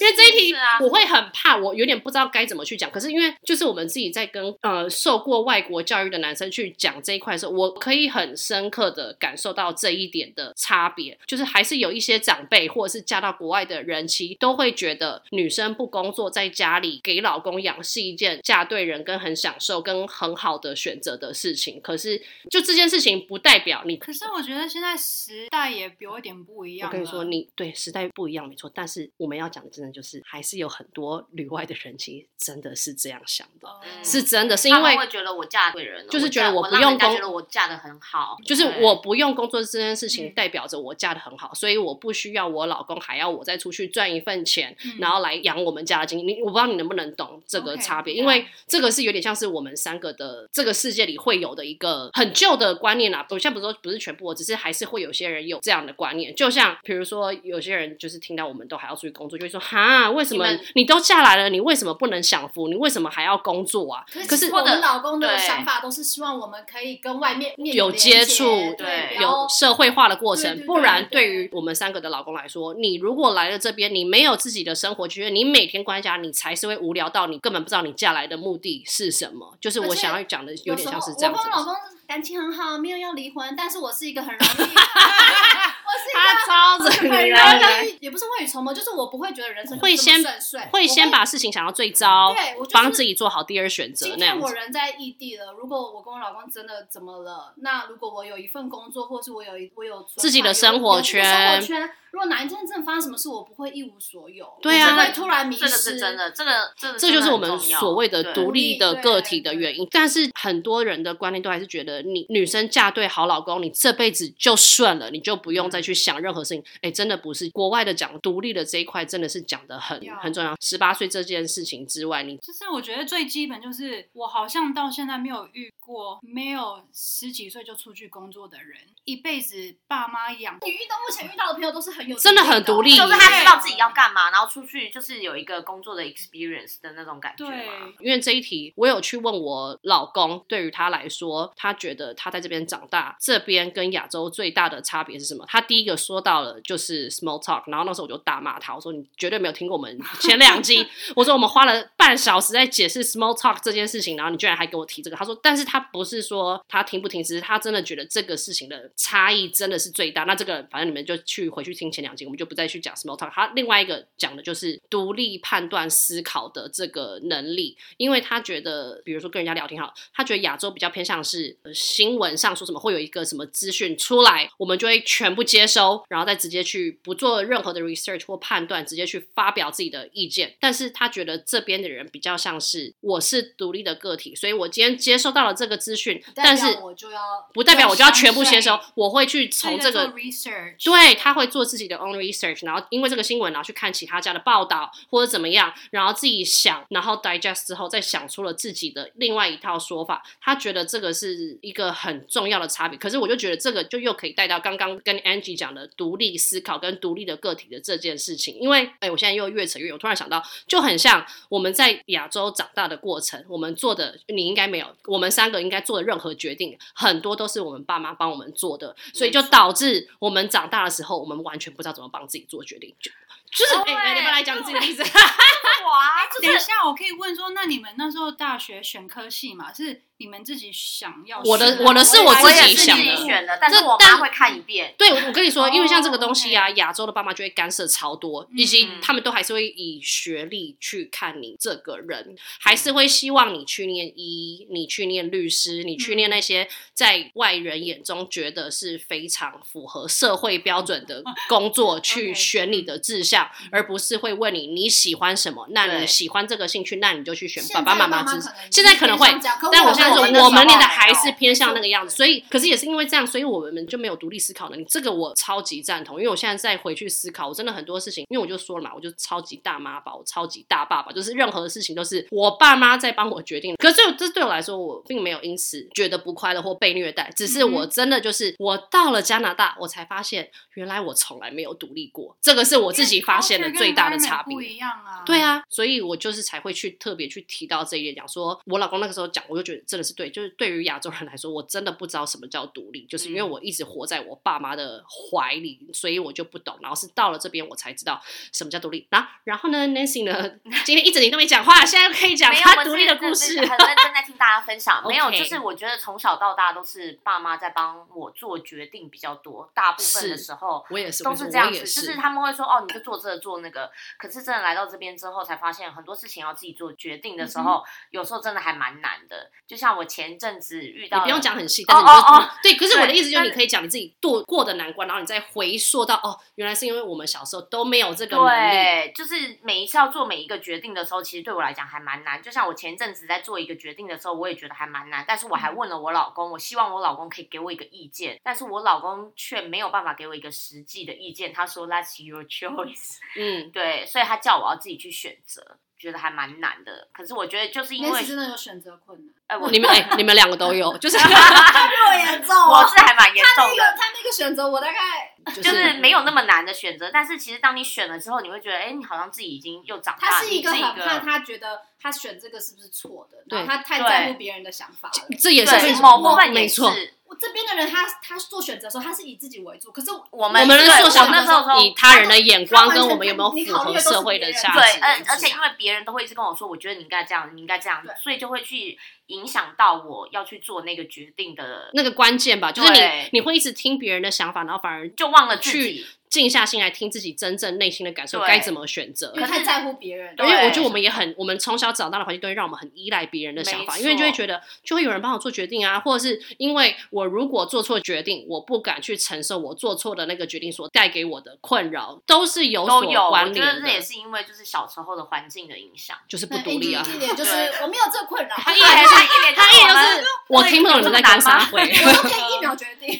因为这一题是啊我会很怕，我有点不知道该怎么去讲。可是因为就是我们自己在跟呃受过外国教育的男生去讲这一块的时候，我可以很深刻的感受到这一点的差别，就是还是有一些长辈或者是嫁到国外的人妻都会觉得女生不工作在家里给老公养是一件嫁对人跟很享受跟很好的选择的事情。可是就这件事情不代表你可是我觉得现在时代也有一点不一样啊了。我跟你说，你对时代不一样，没错。但是我们要讲的，真的就是还是有很多旅外的人，其实真的是这样想的，哦是真的，是他因们为会觉得我嫁对人了，就是我觉得嫁我我不让用人家工觉得我嫁的很好，就是对我不用工作这件事情，嗯代表着我嫁的很好，所以我不需要我老公还要我再出去赚一份钱，嗯然后来养我们家的经济。你我不知道你能不能懂这个 OK，差别对啊因为这个是有点像是我们三个的这个世界里会有的一个很旧的观念啊啦。我现在不是说不是全部，我只是还是会有些人有这样的观念。就像比如说有些人就是听到我们都还要出去工作，就会说哈，为什么你们你都嫁来了，你为什么不能享福？你为什么还要工作啊？可可是是我们老公的对想法都是希望我们可以跟外面面有连接接触对，对然后有社会化的过程，对对对不然对对于我们三个的老公来说，你如果来了这边，你没有自己的生活圈，你每天关家，你才是会无聊到你根本不知道你嫁来的目的是什么。就是我想要讲的，有点像是这样有时子候我跟我老的。 公感情很好，没有要离婚，但是我是一个很容易，我是一个糟 着本你人了。的也不是未雨绸缪，就是我不会觉得人生会就先这么顺遂，会先把事情想到最糟，对我就是帮自己做好第二选择今那天样我子。人在异地了，如果我跟我老公真的怎么了，那如果我有一份工作，或是我有一我有存款自己的有生活有自己的圈生活圈，如果哪一天真的发生什么事，我不会一无所有，对啊我不会突然迷这个是失，真的，这个这个这就是我们所谓的独立。立的个体的原因，但是很多人的观念都还是觉得你女生嫁对好老公，你这辈子就顺了，你就不用嗯再去想任何事情。哎，真的不是，国外的讲独立的这一块真的是讲的很要很重要。十八岁这件事情之外，你就是我觉得最基本就是，我好像到现在没有遇过没有十几岁就出去工作的人，一辈子爸妈养。你遇到目前遇到的朋友都是很有真的很独立哦就是他知道自己要干嘛，然后出去就是有一个工作的 experience 的那种感觉对，嘛。因为这一题，我有去问我老公，对于他来说，他觉得他在这边长大，这边跟亚洲最大的差别是什么？他第一个说到了就是 small talk，然后那时候我就大骂他，我说你绝对没有听过我们前两集，我说我们花了半小时在解释 small talk 这件事情，然后你居然还给我提这个。他说，但是他不是说他听不听，只是他真的觉得这个事情的差异真的是最大。那这个反正你们就去回去听前两集，我们就不再去讲 small talk。他另外一个讲的就是独立判断思考的这个能力，因为他觉得，比如说跟人家聊天好了，他觉得亚洲比较偏向是、呃新闻上说什么会有一个什么资讯出来，我们就会全部接收，然后再直接去不做任何的 research 或判断，直接去发表自己的意见。但是他觉得这边的人比较像是我是独立的个体，所以我今天接收到了这个资讯，不代表但是我就要不代表我就要全部接收要相，我会去从这做个 research，对，他会做自己的 own research，然后因为这个新闻，然后去看其他家的报道或者怎么样，然后自己想，然后 digest 之后再想出了自己的另外一套说法。他觉得这个是一个很重要的差别，可是我就觉得这个就又可以带到刚刚跟 Angie 讲的独立思考跟独立的个体的这件事情，因为哎，我现在又越扯越远，我突然想到，就很像我们在亚洲长大的过程，我们做的你应该没有，我们三个应该做的任何决定，很多都是我们爸妈帮我们做的，所以就导致我们长大的时候，我们完全不知道怎么帮自己做决定，就就是哎、来你们来讲你自己的例子，哇，等一下，我可以问说，那你们那时候大学选科系嘛，是你们自己想要选？ 我的我的是我我自也己是想自己的。选的，但是这我妈但会看一遍。对，我我跟你说，因为像这个哦东西啊，亚洲的爸妈就会干涉超多，以及他们都还是会以学历去看你这个人，还是会希望你去念医，你去念律师，你去念那些在外人眼中觉得是非常符合社会标准 的工作，去 OK 选你的志向，而不是会问你你喜欢什么，那你对喜欢这个兴趣，那你就去选信爸现爸在妈妈妈支持支持。，现在可能会，但我现在我是们那时我候们啊念的还还没有是偏向那个样子，对所以可是也是因为这样，所以我们就没有独立思考能力。这个我超级赞同，因为我现在再回去思考，我真的很多事情，因为我就说了嘛，我就超级大妈宝，我超级大爸爸，就是任何事情都是我爸妈在帮我决定。可是这这对我来说，我并没有因此觉得不快乐或被虐待，只嗯是我真的就是我到了加拿大，我才发现原来我从来没有独立过，这个是我自己发现的最大的差别不。一样啊。对，啊，所以我就是才会去特别去提到这一点，讲说我老公那个时候讲，我就觉得真的是对，就是对于亚洲人来说，我真的不知道什么叫独立，就是因为嗯我一直活在我爸妈的怀里，所以我就不懂，然后是到了这边我才知道什么叫独立。然后，然后呢，Nancy 呢，今天一整年都没讲话，现在可以讲没有，她我独是立的认故真事。很认真在听大家 分享。没有， OK 就是我觉得从小到大都是爸妈在帮我做决定比较多，大部分的是时候我也是，都我是也这样我子，也就是他们会说哦，你就做这做那个。可是真的来到这边之后，才发现很多事情要自己做决定的嗯时候，有时候真的还蛮难的。就像我前阵子遇你到，不用讲很细，哦但是你就、哦哦对。可是我的意思就是，对你可以讲你自己度过的难关，然后你再回溯到哦，原来是因为我们小时候都没有这个能力，对，就是每一次要做每一个决定的时候，其实对我来讲还蛮难。就像我前阵子在做一个决定的时候，我也觉得还蛮难，但是我还问了我老公，我希望我老公可以给我一个意见，但是我老公却没有办法给我一个实际的意见。他说 "That's your choice"， 嗯。对，所以他叫我要自己去选择，觉得还蛮难的。可是我觉得就是因为，Nancy，真的有选择困难，哎，我你们哎、你们两个都有，就是 比我严重我是还蛮严他重那的个。他那个选择，我大概就就是没有那么难的选择，但是其实当你选了之后，你会觉得，哎、你好像自己已经又长大了，他是一个你很怕，他觉得他选这个是不是错的，然对后他太在乎别人的想法了。这也是为对什某么部分没也错。是，我这边的人他，他做选择的时候，他是以自己为主，可是我我我们们对能我受想那时候说以他人的眼光跟我们有没有符合社会的价值？对，嗯，而自且己因为别人都会一直跟我说，我觉得你应该这样，你应该这样对，所以就会去影响到我要去做那个决定的，那个关键吧，就是你对你会一直听别人的想法，然后反而就忘了自己。静下心来听自己真正内心的感受，对该怎么选择因。为太在乎别人，因对为我觉得我们也很，我们从小长大的环境都会让我们很依赖别人的想法，没因错为就会觉得就会有人帮我做决定啊，或者是因为我如果做错决定，我不敢去承受我做错的那个决定所带给我的困扰，都是有所都有，我关觉联得这的，也是因为就是小时候的环境的影响。就是不那独立啊。一点就是对我没有这困 扰，啊他一脸就是一脸，他一我眼们就是我听不懂你们在讲啥回，我都可以一秒决 定。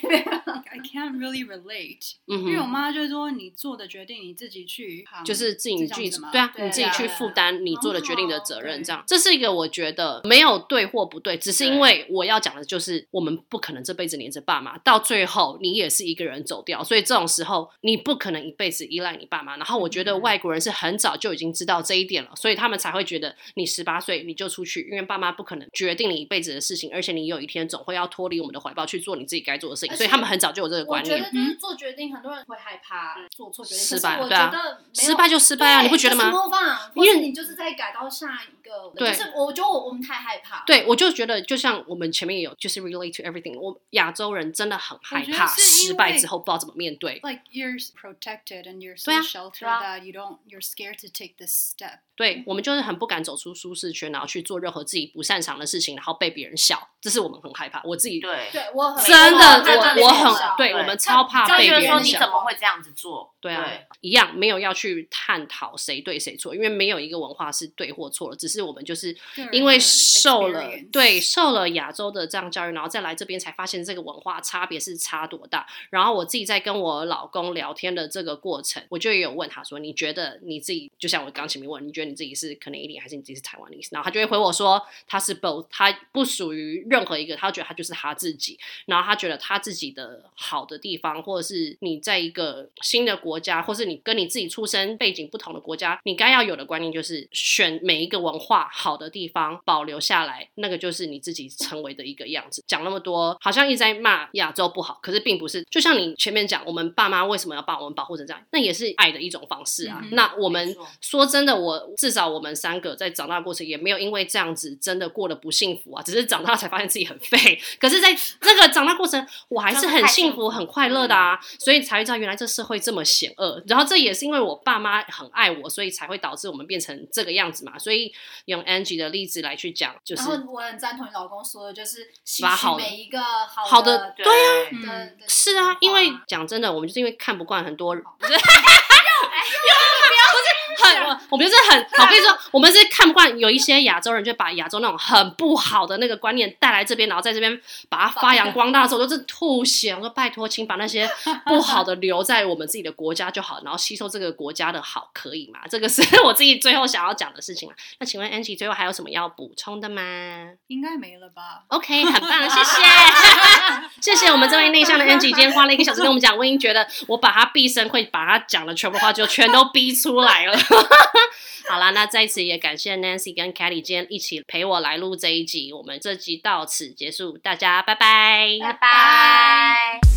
I can't really relate，、嗯 因为我哼，妈就说你做的决定你自己去，就是自己你这自叫己什么对啊，对你自己啊哦去对啊负担你做的决定的责任，对这样这是一个我觉得没有对或不对，只是因为我要讲的就是我们不可能这辈子黏着爸妈，到最后你也是一个人走掉，所以这种时候你不可能一辈子依赖你爸妈。然后我觉得嗯外国人是很早就已经知道这一点了，所以他们才会觉得你十八岁你就出去，因为爸妈不可能决定你一辈子的事情，而且你有一天总会要脱离我们的怀抱去做你自己该做的事情，而所以且他们很早就有这个我观觉念得。就是做决定，很多人会害怕做错决定，失败可是我对啊觉得没有失败就失败啊，对你不觉得吗？就是模仿，因因为为你就是在改到下一个。对就是我觉得我我们太害怕。，对，我就觉得就像我们前面也有，就是 relate to everything。我亚洲人真的很害我觉得怕是失因败为之后不知道怎么面对。 like you're protected and you're so 对啊 sheltered 对啊 that you don't you're scared to take this step。对我们就是很不敢走出舒适圈，然后去做任何自己不擅长的事情，然后被别人笑，这是我们很害怕。我自己对，对我很真的我很我我害怕很被对我们对超怕这被别样就是说人你笑怎。么会这样子做？对啊，一样没有要去探讨谁对谁错，因为没有一个文化是对或错的，只是我们就是个人因为的受了 experience 对受了亚洲的这样教育，然后再来这边才发现这个文化差别是差多大。然后我自己在跟我老公聊天的这个过程，我就也有问他说：“你觉得你自己就像我刚前面问，你觉得你自己是可能一点还是你自己是台湾历史？”然后他就会回我说：“他是 both，他不属于任何一个，他觉得他就是他自己。然后他觉得他自己的好的地方，或者是你在一个新的国家，或是你跟你自己出生背景不同的国家，你该要有的观念就是选每一个文化好的地方保留下来，那个就是你自己成为的一个样子。讲那么多，好像一直在骂亚洲不好，可是并不是。就像你前面讲，我们爸妈为什么要把我们保护成这样？那也是爱的一种方式啊。嗯哼那我没们错说真的，我至少我们三个在长大的过程也没有因为这样子真的过得不幸福啊，只是长大才发现自己很废。可是，在这个长大过程，我还是很幸福、很快乐的啊，所以才会知道原来这社会这么险恶。然后这也是因为我爸妈很爱我，所以才会导致我们变成这个样子嘛。所以用 Angie 的例子来去讲，就是然后我很赞同你老公说的，就是吸把好取的每一个好好的的对啊，嗯的的是情啊况，因为讲真的，我们就是因为看不惯很多人，不是很，我我们就是很，好比说，我们是看不惯有一些亚洲人，就把亚洲那种很不好的那个观念带来这边，然后在这边把它发扬光大的时候，我就是吐血。我说拜托，请把那些不好的留在我们自己的国家就好，然后吸收这个国家的好，可以吗？这个是我自己最后想要讲的事情了。那请问 Angie 最后还有什么要补充的吗？应该没了吧？ OK，很棒，谢谢， 谢谢我们这位内向的 Angie，今天花了一个小时跟我们讲，我已经觉得我把他毕生会把他讲的全部话就全都逼出来了。 好啦，那在此也感谢 Nancy 跟 k a t t y 今天一起陪我来录这一集，我们这集到此结束，大家拜拜拜拜。